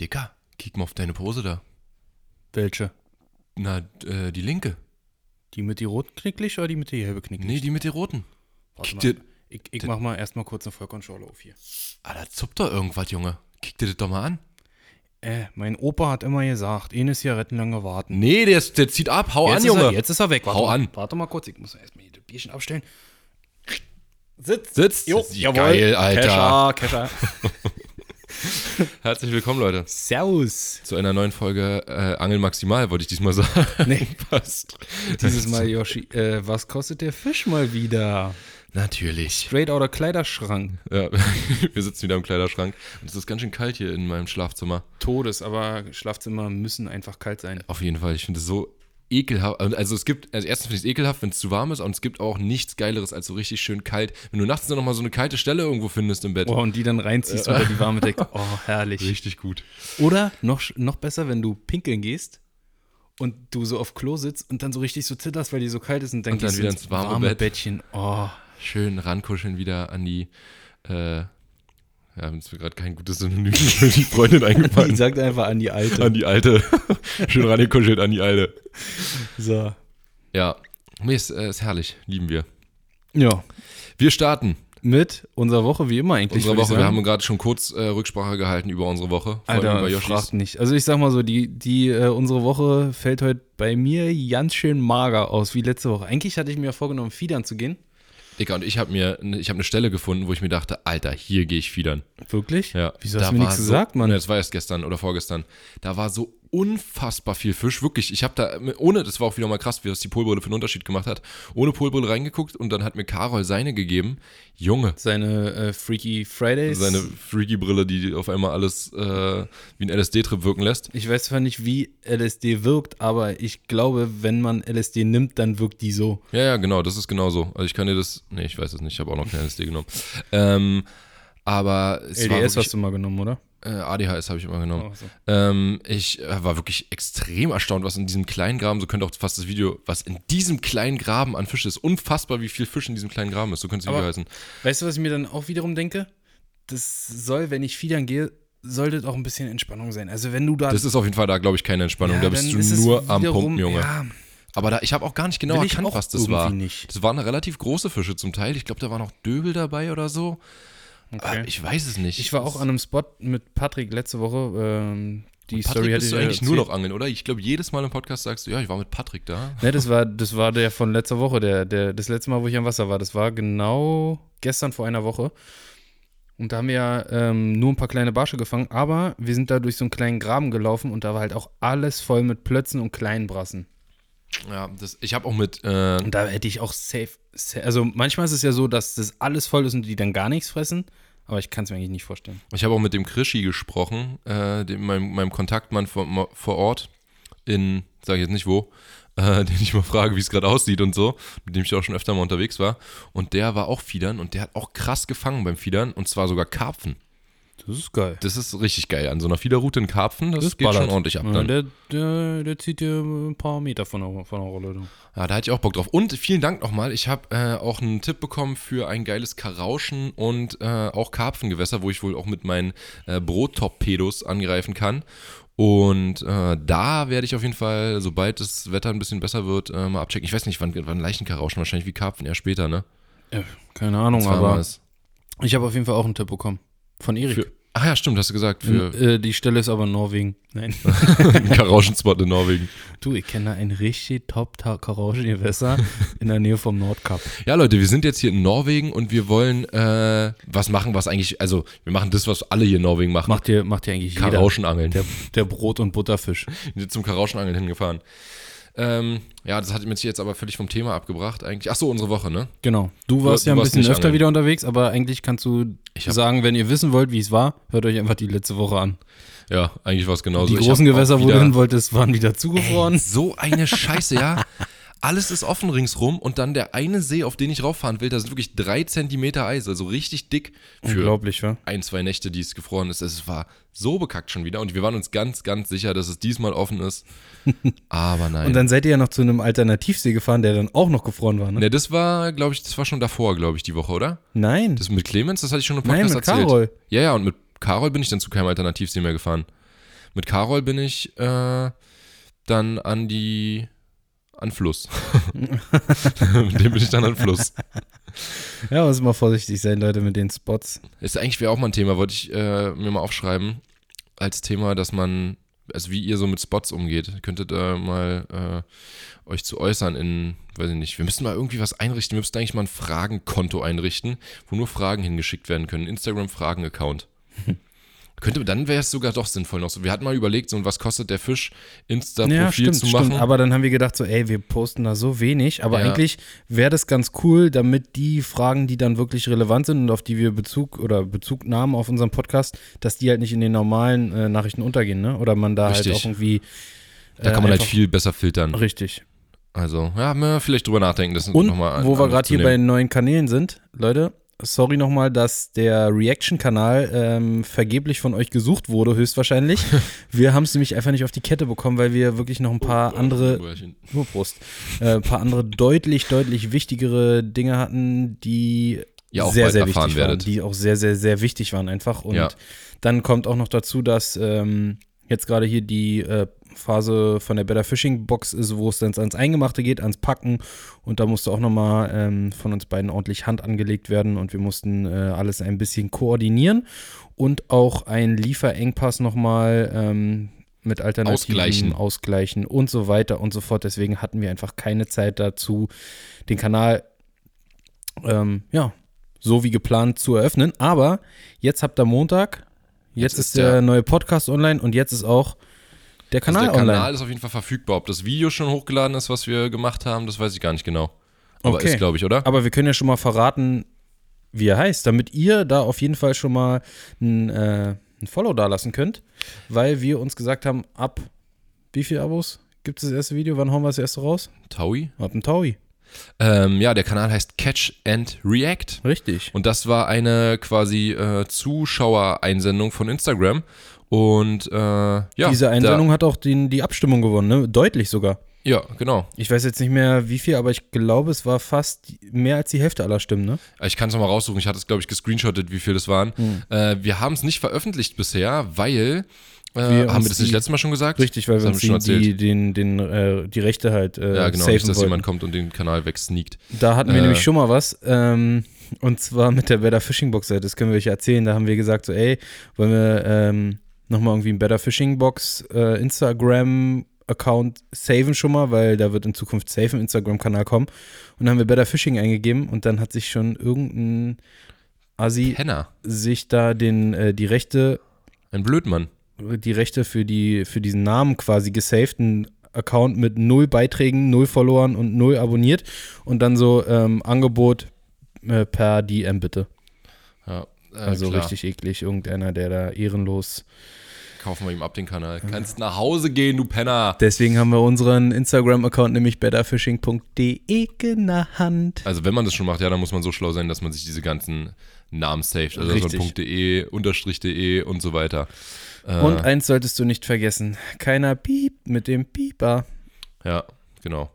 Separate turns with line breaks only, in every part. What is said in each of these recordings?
Dicker, kick mal auf deine Pose da.
Welche?
Na, äh, die linke.
Die mit die roten Knicklicht oder die mit die gelbe Knicklicht?
Nee, die mit den roten.
Warte
kick
mal.
dir-
Ich, ich mach mal erstmal kurz eine Vollkontrolle auf hier.
Ah, da zuppt doch irgendwas, Junge. Kick dir das doch mal an.
Äh, mein Opa hat immer gesagt, eines Zigaretten lange warten.
Nee, der, ist- der zieht ab. Hau an, Junge.
Ist er, jetzt ist er weg. Warte
Hau
mal,
an.
Warte mal kurz, ich muss erstmal hier das Bierchen abstellen. Sitz.
Sitzt.
Jo,
Sie-
jawohl.
Geil, Alter.
Kescher, Kescher.
Herzlich willkommen, Leute,
Servus.
zu einer neuen Folge äh, Angel Maximal, wollte ich diesmal sagen.
Nee.
Passt.
Dieses Mal, Yoshi, äh, was kostet der Fisch mal wieder?
Natürlich.
Straight oder Kleiderschrank?
Ja, wir sitzen wieder im Kleiderschrank. Und es ist ganz schön kalt hier in meinem Schlafzimmer.
Todes, aber Schlafzimmer müssen einfach kalt sein.
Auf jeden Fall, ich finde es so ekelhaft. Und Also es gibt, also erstens finde ich es ekelhaft, wenn es zu warm ist und es gibt auch nichts Geileres als so richtig schön kalt. Wenn du nachts dann nochmal so eine kalte Stelle irgendwo findest im Bett.
Oh, und die dann reinziehst unter die warme Decke. Oh, herrlich.
Richtig gut.
Oder noch, sch- noch besser, wenn du pinkeln gehst und du so auf Klo sitzt und dann so richtig so zitterst, weil die so kalt ist und dann,
Und dann
gehst du
wieder ins warme Bett.
Bettchen. Oh,
Schön rankuscheln wieder an die, äh, ja, mir ist mir gerade kein gutes Synonym für die Freundin
die
eingefallen.
sagt einfach an die Alte.
An die Alte. Schön rangekuschelt an die Alte.
So.
Ja. Nee, ist, äh, ist herrlich. Lieben wir.
Ja,
Wir starten
mit unserer Woche wie immer eigentlich.
unsere
würd ich
Woche. Wir
sagen.
haben gerade schon kurz äh, Rücksprache gehalten über unsere Woche. Vor allem über
Alter,
Yoshis.
fragt nicht. Also ich sag mal so, die, die, äh, unsere Woche fällt heute bei mir ganz schön mager aus, wie letzte Woche. Eigentlich hatte ich mir vorgenommen, Fiedern zu gehen.
Digga, und ich habe mir ich hab eine Stelle gefunden, wo ich mir dachte, Alter, hier gehe ich fiedern.
Wirklich?
Ja,
Wieso hast
da
du mir
war
nichts
so,
gesagt, Mann?
Ne, Das war erst gestern oder vorgestern. Da war so unfassbar viel Fisch. Wirklich, ich habe da, ohne, das war auch wieder mal krass, wie das die Polbrille für einen Unterschied gemacht hat, ohne Polbrille reingeguckt und dann hat mir Karol seine gegeben. Junge,
Seine äh, Freaky Fridays.
seine freaky Brille, die auf einmal alles äh, wie ein LSD-Trip wirken lässt.
Ich weiß zwar nicht, wie LSD wirkt, aber ich glaube, wenn man LSD nimmt, dann wirkt die so.
Ja, ja, genau, das ist genau so. Also ich kann dir das, nee, ich weiß es nicht, ich habe auch noch kein LSD genommen. Ähm, aber es
LDS
war
hast du mal genommen, oder?
wirklich, äh, ADHS habe ich immer genommen.
Oh, so.
Ähm, ich äh, war wirklich extrem erstaunt, was in diesem kleinen Graben, so könnte auch fast das Video, was in diesem kleinen Graben an Fisch ist. Unfassbar, wie viel Fisch in diesem kleinen Graben ist. So könnte es Video
Aber- also
heißen.
Weißt du, was ich mir dann auch wiederum denke? Das soll, wenn ich fiedern gehe, sollte doch ein bisschen Entspannung sein. Also wenn du da...
Das ist auf jeden Fall da, glaube ich, keine Entspannung. da bist du nur am Pumpen, Junge.
Ja,
Aber da, ich habe auch gar nicht genau
Will ich
erkannt,
auch
was das
irgendwie
war.
nicht.
Das waren relativ große Fische zum Teil. Ich glaube, da waren auch Döbel dabei oder so.
okay.
Aber ich weiß es nicht.
Ich war auch an einem Spot mit Patrick letzte Woche. Ähm, die
Patrick,
Story hatte
bist
ich
du
ja
eigentlich nur
erzählt.
noch angeln, oder? Ich glaube, jedes Mal im Podcast sagst du, ja, ich war mit Patrick da.
Ne, das war, das war der von letzter Woche, der, der, das letzte Mal, wo ich am Wasser war. Das war genau gestern vor einer Woche. Und da haben wir ja ähm, nur ein paar kleine Barsche gefangen, aber wir sind da durch so einen kleinen Graben gelaufen und da war halt auch alles voll mit Plötzen und kleinen Brassen.
Ja, das, ich habe auch mit, äh,
Und da hätte ich auch safe, sa- Also manchmal ist es ja so, dass das alles voll ist und die dann gar nichts fressen, aber ich kann es mir eigentlich nicht vorstellen.
Ich habe auch mit dem Krischi gesprochen, äh, dem, meinem, meinem Kontaktmann vor, mo- vor Ort in, sage ich jetzt nicht wo, äh, den ich mal frage, wie es gerade aussieht und so, mit dem ich auch schon öfter mal unterwegs war. Und der war auch Fiedern und der hat auch krass gefangen beim Fiedern und zwar sogar Karpfen.
Das ist geil.
Das ist richtig geil. An so einer Fiederroute in Karpfen, das, geht schon ordentlich ab.
Ja,
Dann.
der, der, der zieht dir ein paar Meter von der, von der Rolle. du.
Ja, da hatte ich auch Bock drauf. Und vielen Dank nochmal. Ich habe äh, auch einen Tipp bekommen für ein geiles Karauschen und äh, auch Karpfengewässer, wo ich wohl auch mit meinen äh, Brottorpedos angreifen kann. Und äh, da werde ich auf jeden Fall, sobald das Wetter ein bisschen besser wird, äh, mal abchecken. Ich weiß nicht, wann, wann Leichen karauschen, wahrscheinlich wie Karpfen, eher später, ne?
Äh, Keine Ahnung, aber
Zweimal.
Ich habe auf jeden Fall auch einen Tipp bekommen. Von Erik.
Für, ach ja, stimmt, hast du gesagt,
N-
für
äh, die Stelle ist aber in Norwegen. Nein.
einen Karauschenspot in Norwegen.
du, ich kenne da ein richtig top Karauschengewässer in der Nähe vom Nordkap.
Ja, Leute, wir sind jetzt hier in Norwegen und wir wollen äh, was machen, was eigentlich, also wir machen das, was alle hier in Norwegen machen.
Macht dir, macht dir eigentlich jeder.
Karauschenangeln.
Der, der Brot- und Butterfisch.
Wir sind zum Karauschenangeln hingefahren. Ähm, ja, das hat mich jetzt aber völlig vom Thema abgebracht eigentlich. Ach so, unsere Woche, ne?
Genau. Du warst
Du-
ja
du
ein
warst
bisschen
nicht
öfter
angeln.
wieder unterwegs, aber eigentlich kannst du
Ich hab-
sagen, wenn ihr wissen wollt, wie es war, hört euch einfach die letzte Woche an.
Ja, eigentlich war es genauso.
die
Ich
großen
hab auch
Gewässer, wo du
wieder-
hin wolltest, waren wieder zugefroren.
So eine Scheiße, ja. Alles ist offen ringsrum und dann der eine See, auf den ich rauffahren will, da sind wirklich drei Zentimeter Eis, also richtig dick für
Unglaublich, wa?
ein, zwei Nächte, die es gefroren ist. Es war so bekackt schon wieder und wir waren uns ganz, ganz sicher, dass es diesmal offen ist. Aber nein.
Und dann seid ihr ja noch zu einem Alternativsee gefahren, der dann auch noch gefroren war, ne?
ne, das war, glaube ich, das war schon davor, glaube ich, die Woche, oder?
Nein.
Das mit Clemens, das hatte ich schon im
Nein,
Podcast
mit
erzählt.
Karol.
Ja, ja, und mit Karol bin ich dann zu keinem Alternativsee mehr gefahren. Mit Carol bin ich äh, dann an die an Fluss. mit dem bin ich dann an Fluss.
Ja, muss mal vorsichtig sein, Leute, mit den Spots.
Ist eigentlich wäre auch mal ein Thema, wollte ich äh, mir mal aufschreiben als Thema, dass man also wie ihr so mit Spots umgeht. Könntet ihr mal äh, euch zu äußern in, weiß ich nicht, wir müssen mal irgendwie was einrichten. Wir müssen eigentlich mal ein Fragenkonto einrichten, wo nur Fragen hingeschickt werden können. Instagram-Fragen-Account. Könnte, dann wäre es sogar doch sinnvoll noch so. Wir hatten mal überlegt, so ein was kostet der Fisch, Insta-Profil zu machen.
Aber dann haben wir gedacht, so, ey, wir posten da so wenig. Aber
Ja.
eigentlich wäre das ganz cool, damit die Fragen, die dann wirklich relevant sind und auf die wir Bezug oder Bezug nahmen auf unserem Podcast, dass die halt nicht in den normalen äh, Nachrichten untergehen, ne? Oder man da
Richtig.
halt auch irgendwie.
da kann man halt
äh, einfach-
viel besser filtern.
Richtig.
Also, ja, na, vielleicht drüber nachdenken. Das
Und
noch mal an-
wo wir gerade hier bei
anzunehmen.
den neuen Kanälen sind, Leute, sorry nochmal, dass der Reaction-Kanal ähm, vergeblich von euch gesucht wurde, höchstwahrscheinlich. wir haben es nämlich einfach nicht auf die Kette bekommen, weil wir wirklich noch ein paar andere, nur Prost, äh, ein paar andere deutlich, deutlich wichtigere Dinge hatten, die
Ja, auch
sehr,
bald
sehr
erfahren
wichtig waren,
werdet.
die auch sehr, sehr, sehr wichtig waren einfach. Und
Ja.
dann kommt auch noch dazu, dass ähm, jetzt gerade hier die äh, Phase von der Better Fishing Box ist, wo es dann ans Eingemachte geht, ans Packen. Und da musste auch nochmal ähm, von uns beiden ordentlich Hand angelegt werden und wir mussten äh, alles ein bisschen koordinieren und auch einen Lieferengpass nochmal ähm, mit Alternativen
Ausgleichen.
ausgleichen und so weiter und so fort. Deswegen hatten wir einfach keine Zeit dazu, den Kanal ähm, ja, so wie geplant zu eröffnen. Aber jetzt habt ihr Montag, jetzt,
Jetzt
ist
ist
der,
der-
neue Podcast online und jetzt ist auch der
Also
Kanal
der
online.
Kanal ist auf jeden Fall verfügbar. Ob das Video schon hochgeladen ist, was wir gemacht haben, das weiß ich gar nicht genau. Aber
Okay.
ist, glaube ich, oder?
Aber wir können ja schon mal verraten, wie er heißt, damit ihr da auf jeden Fall schon mal ein, äh, ein Follow dalassen könnt, weil wir uns gesagt haben, ab wie viel Abos gibt es das erste Video? Wann hauen wir das erste raus?
Taui?
Ab dem Taui.
Ähm, ja, der Kanal heißt Catch and React.
Richtig.
Und das war eine quasi äh, Zuschauereinsendung von Instagram. Und äh, ja.
Diese
da-
Einsendung hat auch den, die Abstimmung gewonnen, ne? deutlich sogar.
Ja, genau.
Ich weiß jetzt nicht mehr wie viel, aber ich glaube, es war fast mehr als die Hälfte aller Stimmen, ne?
Ich kann es nochmal raussuchen. Ich hatte es, glaube ich, gescreenshottet, wie viel das waren.
Hm.
Äh, wir haben es nicht veröffentlicht bisher, weil. Äh,
Wir
haben
uns
wir das nicht
die-
letztes Mal schon gesagt?
Richtig, weil
das
wir
haben
uns
schon
die,
erzählt.
die, den, den, äh, die Rechte halt äh,
ja, genau.
safen
Nicht, dass
wollten.
jemand kommt und den Kanal wegsneakt.
Da hatten wir
Äh.
nämlich schon mal was. Ähm, und zwar mit der Better Fishing Box. Seite. Das können wir euch erzählen. Da haben wir gesagt, so, ey, wollen wir ähm, nochmal irgendwie ein Better Fishing Box äh, Instagram Account saven schon mal, weil da wird in Zukunft safe ein Instagram-Kanal kommen. Und dann haben wir Better Fishing eingegeben und dann hat sich schon irgendein Assi
Henna.
sich da den, äh, die Rechte
Ein Blödmann.
die Rechte für, die, für diesen Namen quasi gesavten Account mit null Beiträgen, null Followern und null abonniert und dann so ähm, Angebot äh, per DM bitte.
Ja, äh,
Also
klar.
richtig eklig, irgendeiner, der da ehrenlos.
Kaufen wir ihm ab den Kanal. Kannst nach Hause gehen, du Penner.
Deswegen haben wir unseren Instagram-Account nämlich betterfishing.de genannt.
Also wenn man das schon macht, ja, dann muss man so schlau sein, dass man sich diese ganzen Namen saved. Also so
Richtig.
ein .de, unterstrich .de und so weiter. Äh,
Und eins solltest du nicht vergessen: keiner piept mit dem Pieper.
ja, genau.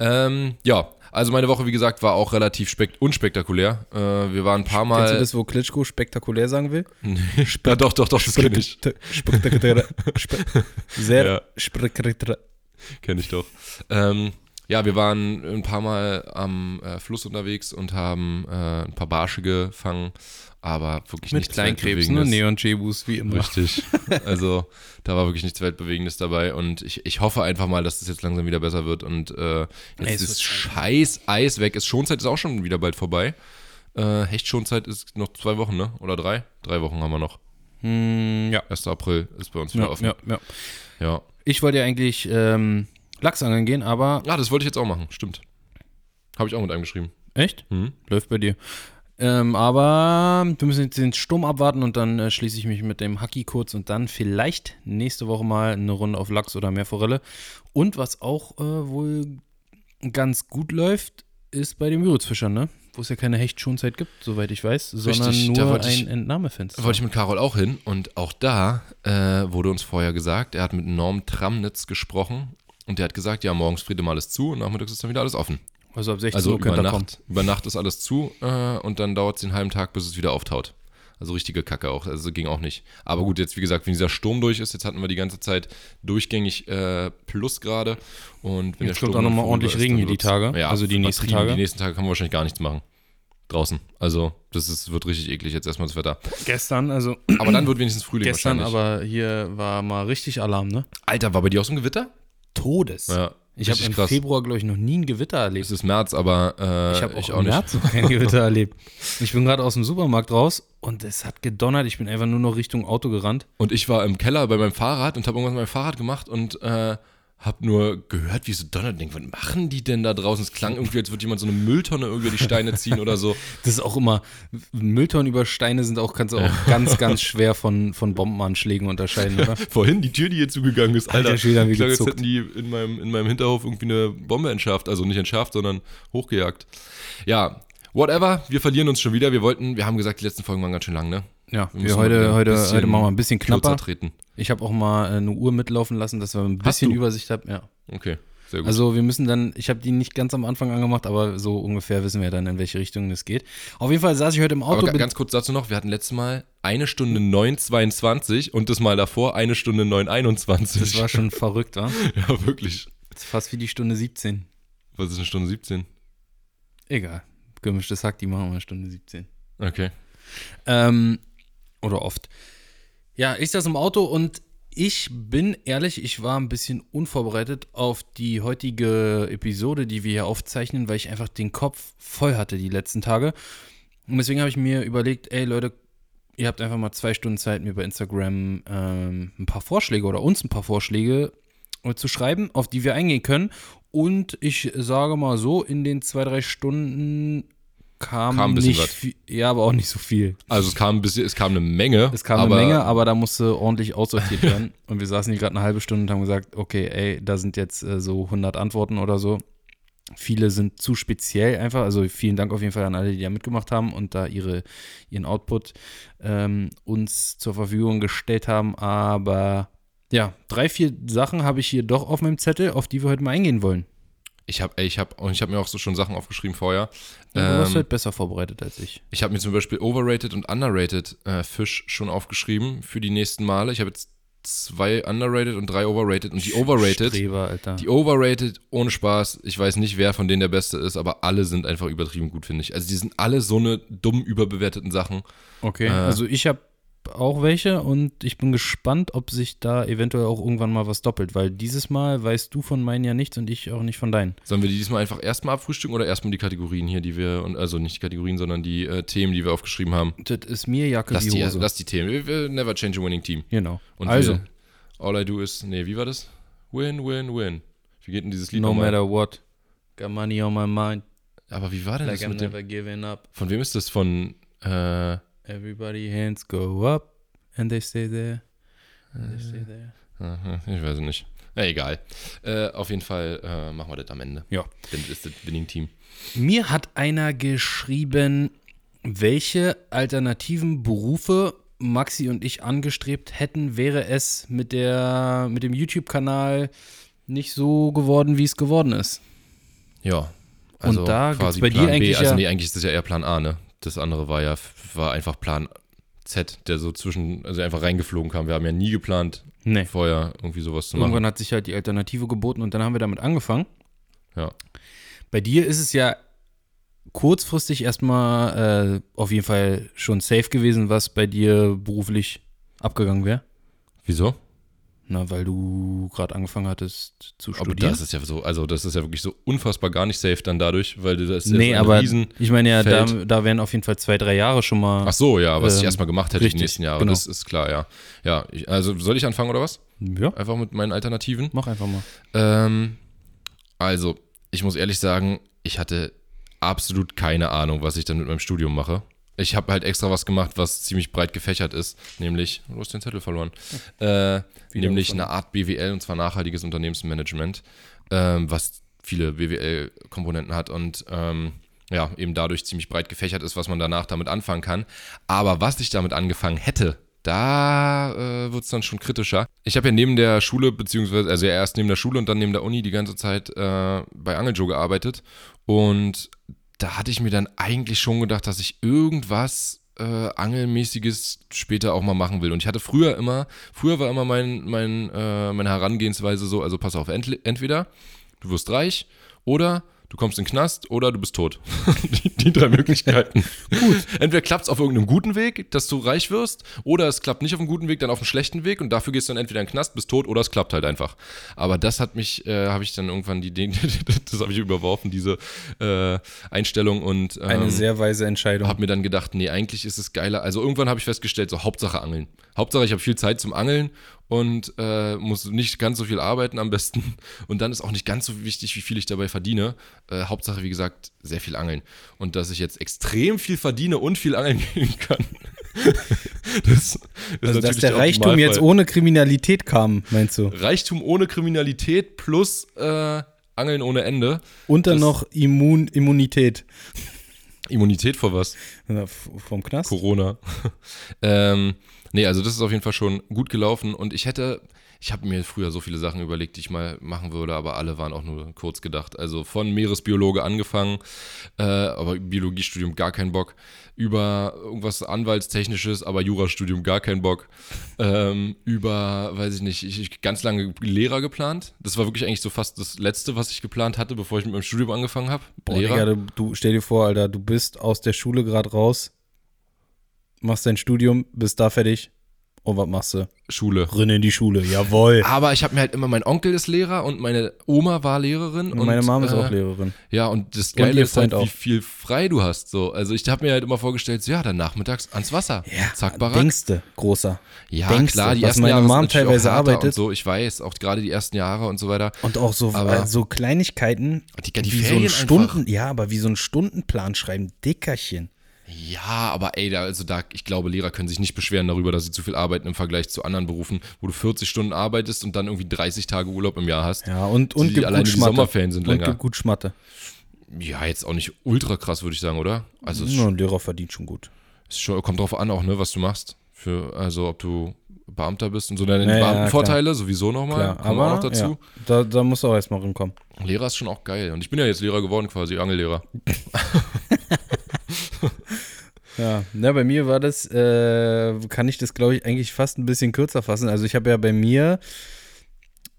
Ähm, ja, also meine Woche, wie gesagt, war auch relativ spek unspektakulär. Äh, wir waren ein paar
Kennst du
Mal...
das, wo Klitschko spektakulär sagen will?
ja, doch, doch, doch, das kenne ich.
Spektakulär. Spe- Sehr
Ja.
spektakulär.
Kenne ich doch. Ähm, ja, wir waren ein paar Mal am äh, Fluss unterwegs und haben äh, ein paar Barsche gefangen, aber wirklich nichts Weltbewegendes.
Neon-Chebus, ne? wie immer.
Richtig. Also da war wirklich nichts Weltbewegendes dabei und ich, ich hoffe einfach mal, dass es das jetzt langsam wieder besser wird und äh,
Ey,
jetzt
es
ist scheiß Eis weg. Ist Schonzeit ist auch schon wieder bald vorbei. Äh, Hechtschonzeit ist noch zwei Wochen, ne? Oder drei? Drei Wochen haben wir noch.
Hm, ja.
1. April ist bei uns wieder
Ja,
offen.
ja, ja.
Ja.
Ich wollte ja eigentlich ähm, Lachs angeln gehen, aber
Ah, das wollte ich jetzt auch machen. Stimmt. Habe ich auch mit einem geschrieben.
echt?
Mhm.
Läuft bei dir. Ähm, aber wir müssen jetzt den Sturm abwarten und dann äh, schließe ich mich mit dem Hacki kurz und dann vielleicht nächste Woche mal eine Runde auf Lachs oder Meerforelle. Und was auch äh, wohl ganz gut läuft, ist bei den Müritzfischern, ne? Wo es ja keine Hechtschonzeit gibt, soweit ich weiß, sondern
Richtig, da
nur
wollte ich-
ein Entnahmefenster.
Wollte ich mit Carol auch hin und auch da äh, wurde uns vorher gesagt, er hat mit Norm Tramnitz gesprochen und der hat gesagt, ja, morgens friert immer alles zu und nachmittags ist dann wieder alles offen.
also ab 16
Also
Uhr
über
könnt ihr kommen.
Nacht, über Nacht ist alles zu äh, und dann dauert es den halben Tag, bis es wieder auftaut. Also richtige Kacke auch. Also ging auch nicht. Aber gut, jetzt wie gesagt, wenn dieser Sturm durch ist, jetzt hatten wir die ganze Zeit durchgängig äh, Plusgrade. Und wenn
Jetzt
der Sturm
kommt auch noch
dann
mal
vorüber
ordentlich
ist,
Regen
dann
hier die
wird's-
Tage.
Ja,
Also die nächsten
übertrieben.
Tage.
Die nächsten Tage kann man wahrscheinlich gar nichts machen. Draußen. Also, das ist, wird richtig eklig jetzt erstmal das Wetter.
Gestern, also
Aber dann wird wenigstens Frühling
gestern,
wahrscheinlich.
aber hier war mal richtig Alarm, ne?
Alter, war bei dir auch so ein Gewitter?
Todes.
Ja.
ich habe
richtig
im
krass.
Februar, glaube ich, noch nie ein Gewitter erlebt.
Es ist März, aber äh,
Ich habe auch, im März noch kein Gewitter erlebt. Ich bin gerade aus dem Supermarkt raus und es hat gedonnert. Ich bin einfach nur noch Richtung Auto gerannt.
Und ich war im Keller bei meinem Fahrrad und habe irgendwas mit meinem Fahrrad gemacht und äh, habe nur gehört, wie es so donnert. Und denk, was machen die denn da draußen? Es klang irgendwie, als würde jemand so eine Mülltonne über die Steine ziehen oder so.
Das ist auch immer, Mülltonnen über Steine sind auch, kannst du auch ganz, ganz schwer von, von Bombenanschlägen unterscheiden, oder?
Vorhin die Tür, die hier zugegangen ist, Alter.
Alter Schwede, haben wir
ich glaube, jetzt
gezuckt.
hätten die in meinem, in meinem Hinterhof irgendwie eine Bombe entschärft. Also nicht entschärft, sondern hochgejagt. Ja, whatever. Wir verlieren uns schon wieder. Wir wollten, wir haben gesagt, die letzten Folgen waren ganz schön lang, ne?
Ja, wir
müssen mal wieder
heute,
ein
heute,
bisschen
heute machen wir ein bisschen
Knapper.
knapper.
treten.
Ich habe auch mal äh, eine Uhr mitlaufen lassen, dass wir ein
Hast
bisschen
du?
Übersicht haben. Ja.
Okay, sehr gut.
Also wir müssen dann, ich habe die nicht ganz am Anfang angemacht, aber so ungefähr wissen wir dann, in welche Richtung das geht. Auf jeden Fall saß ich heute im Auto.
Aber ga-
bin-
ganz kurz dazu noch, wir hatten letztes Mal eine Stunde 9,22 und das Mal davor eine Stunde 9,21.
das war schon verrückt, wa?
ja, wirklich.
Das ist fast wie die Stunde 17.
Was ist eine Stunde 17?
Egal. Gemischtes Hack, die machen wir Stunde 17.
Okay.
Ähm, oder oft. Ja, ich saß im Auto und ich bin ehrlich, ich war ein bisschen unvorbereitet auf die heutige Episode, die wir hier aufzeichnen, weil ich einfach den Kopf voll hatte die letzten Tage. Und deswegen habe ich mir überlegt, ey Leute, ihr habt einfach mal zwei Stunden Zeit, mir bei Instagram ähm, ein paar Vorschläge oder uns ein paar Vorschläge äh, zu schreiben, auf die wir eingehen können. Und ich sage mal so, in den zwei, drei Stunden kam,
Kam ein bisschen
nicht
was.
viel, ja, aber auch nicht so viel.
Also es kam ein bisschen, es kam eine Menge.
Es kam
aber
eine Menge, aber da musste ordentlich aussortiert werden. und wir saßen hier gerade eine halbe Stunde und haben gesagt, okay, ey, da sind jetzt äh, so 100 Antworten oder so. Viele sind zu speziell einfach. Also vielen Dank auf jeden Fall an alle, die da mitgemacht haben und da ihre, ihren Output ähm, uns zur Verfügung gestellt haben. Aber ja, drei, vier Sachen habe ich hier doch auf meinem Zettel, auf die wir heute mal eingehen wollen.
Ich habe ich hab, und ich hab mir auch so schon Sachen aufgeschrieben vorher.
Ja, du warst
Ähm,
halt besser vorbereitet als ich.
ich habe mir zum Beispiel Overrated und Underrated äh, Fisch schon aufgeschrieben für die nächsten Male. Ich habe jetzt zwei Underrated und drei Overrated. Und die Overrated,
Streber, Alter.
Die Overrated, ohne Spaß. Ich weiß nicht, wer von denen der Beste ist, aber alle sind einfach übertrieben gut, finde ich. Also die sind alle so eine dumm überbewerteten Sachen.
Okay,
Äh,
also ich habe auch welche und ich bin gespannt, ob sich da eventuell auch irgendwann mal was doppelt, weil dieses Mal weißt du von meinen ja nichts und ich auch nicht von deinen.
Sollen wir die diesmal einfach erstmal abfrühstücken oder erstmal die Kategorien hier, die wir, und also nicht die Kategorien, sondern die äh, Themen, die wir aufgeschrieben haben?
Das ist mir Jacke
Lass
die
die,
Hose.
lass die Themen. Wir, wir never change a winning team.
genau.
Und
also,
wir, all I do is, nee, wie war das? Win, win, win. Wie geht denn dieses Lied
no
nochmal?
matter what, got money on my mind,
Aber wie war denn
like
das
I'm
mit dem,
never giving up.
von wem ist das von, äh,
Everybody hands go up and they stay there. And they stay there.
aha, Mhm, ich weiß es nicht. Na, egal. Äh, auf jeden Fall äh, machen wir das am Ende.
Ja.
Denn das ist das Winning Team.
Mir hat einer geschrieben, welche alternativen Berufe Maxi und ich angestrebt hätten, wäre es mit, der, mit dem YouTube-Kanal nicht so geworden, wie es geworden ist.
Ja. also
Und da gibt's bei dir
Plan
eigentlich
B, also
ja-
nee, eigentlich ist das ja eher Plan A, ne? Das andere war ja war einfach Plan Z, der so zwischen also einfach reingeflogen kam. Wir haben ja nie geplant
Nee.
vorher irgendwie sowas zu machen.
Irgendwann hat sich halt die Alternative geboten und dann haben wir damit angefangen.
Ja.
Bei dir ist es ja kurzfristig erstmal äh, auf jeden Fall schon safe gewesen, was bei dir beruflich abgegangen wäre.
Wieso?
Na, weil du gerade angefangen hattest zu
Aber
studieren.
das ist ja so, also das ist ja wirklich so unfassbar gar nicht safe dann dadurch, weil das ist ja
Nee,
so ein
aber
Riesen.
ich meine ja, da,
Feld.
da wären auf jeden Fall zwei, drei Jahre schon mal.
Ach so, ja, was ich
Ähm,
erstmal gemacht hätte
richtig,
die nächsten Jahre,
genau.
das ist klar, ja. Ja, ich, also soll ich anfangen oder was?
Ja,
Einfach mit meinen Alternativen?
mach einfach mal.
Ähm, also, ich muss ehrlich sagen, ich hatte absolut keine Ahnung, was ich dann mit meinem Studium mache. Ich habe halt extra was gemacht, was ziemlich breit gefächert ist, nämlich, du hast den Zettel verloren, äh, nämlich eine Art BWL und zwar nachhaltiges Unternehmensmanagement, ähm, was viele BWL-Komponenten hat und ähm, ja, eben dadurch ziemlich breit gefächert ist, was man danach damit anfangen kann. Aber was ich damit angefangen hätte, da äh, wird es dann schon kritischer. Ich habe ja neben der Schule, beziehungsweise, also ja erst neben der Schule und dann neben der Uni die ganze Zeit äh, bei Angeljoe gearbeitet. Und da hatte ich mir dann eigentlich schon gedacht, dass ich irgendwas äh, angelmäßiges später auch mal machen will. Und ich hatte früher immer, früher war immer mein, mein, äh, meine Herangehensweise so, also pass auf, entl- entweder du wirst reich oder du kommst in den Knast oder du bist tot. die, die drei Möglichkeiten. Gut. Entweder klappt es auf irgendeinem guten Weg, dass du reich wirst, oder es klappt nicht auf einem guten Weg, dann auf einem schlechten Weg und dafür gehst du dann entweder in den Knast, bist tot oder es klappt halt einfach. Aber das hat mich, äh, habe ich dann irgendwann die, die das habe ich überworfen, diese äh, Einstellung und ähm,
Eine sehr weise Entscheidung.
habe mir dann gedacht, nee, eigentlich ist es geiler. Also irgendwann habe ich festgestellt, so Hauptsache Angeln. Hauptsache ich habe viel Zeit zum Angeln und äh, muss nicht ganz so viel arbeiten am besten. Und dann ist auch nicht ganz so wichtig, wie viel ich dabei verdiene. Äh, Hauptsache, wie gesagt, sehr viel Angeln. Und dass ich jetzt extrem viel verdiene und viel angeln gehen kann. das ist
also, dass
natürlich
der Reichtum jetzt
Optimalfall.
ohne Kriminalität kam, meinst du?
Reichtum ohne Kriminalität plus äh, Angeln ohne Ende.
Und dann
Das-
noch Immun Immunität.
Immunität vor was?
Na, f- Vom Knast?
Corona. ähm, nee, also das ist auf jeden Fall schon gut gelaufen und ich hätte, ich habe mir früher so viele Sachen überlegt, die ich mal machen würde, aber alle waren auch nur kurz gedacht. Also von Meeresbiologe angefangen, äh, aber Biologiestudium gar keinen Bock, über irgendwas Anwaltstechnisches, aber Jurastudium gar keinen Bock, ähm, über, weiß ich nicht, ich, ich ganz lange Lehrer geplant. Das war wirklich eigentlich so fast das Letzte, was ich geplant hatte, bevor ich mit meinem Studium angefangen habe.
Boah, Digga, du, du stell dir vor, Alter, du bist aus der Schule gerade raus, machst dein Studium, bist da fertig. Und was machst du?
Schule.
Rinne in die Schule, jawohl.
Aber ich habe mir halt immer, mein Onkel ist Lehrer und meine Oma war Lehrerin. Und,
Und meine Mom ist
äh,
auch Lehrerin.
Ja, und das Geile
ihr
ist halt,
Freund
wie
auch.
viel frei du hast. So. Also ich habe mir halt immer vorgestellt, so, ja, dann nachmittags ans Wasser. Zack, Barack.
Denkste, großer.
ja,
denkst
klar,
du,
die
was
ersten
meine
Jahre sind
Mom
natürlich auch
teilweise
härter Und
arbeitet?
so, ich weiß, auch gerade die ersten Jahre und so weiter.
Und auch so,
Aber-
äh, so Kleinigkeiten,
Die- die
wie
Ferien
so
einfach.
ein Stunden, ja, aber wie so ein Stundenplan schreiben, Dickerchen.
Ja, aber ey, da, also da, ich glaube, Lehrer können sich nicht beschweren darüber, dass sie zu viel arbeiten im Vergleich zu anderen Berufen, wo du 40 Stunden arbeitest und dann irgendwie 30 Tage Urlaub im Jahr hast.
Ja, und, und
Die-
gibt
alleine
gut
die
Schmatte.
Sommerferien sind
und
länger.
gibt gut Schmatte.
Ja, jetzt auch nicht ultra krass, würde ich sagen, oder? Also es
Ja, ein Lehrer verdient schon gut.
Ist schon, kommt drauf an auch, ne, was du machst. Für, also ob du Beamter bist und so deine
Ja, ja,
Beamtenvorteile sowieso nochmal,
Klar,
kommen
aber
auch noch dazu.
Ja, da, da musst du auch erstmal rankommen.
Lehrer ist schon auch geil. Und ich bin ja jetzt Lehrer geworden quasi, Angellehrer.
Ja, na, bei mir war das, äh, kann ich das, glaube ich, eigentlich fast ein bisschen kürzer fassen. Also ich habe ja bei mir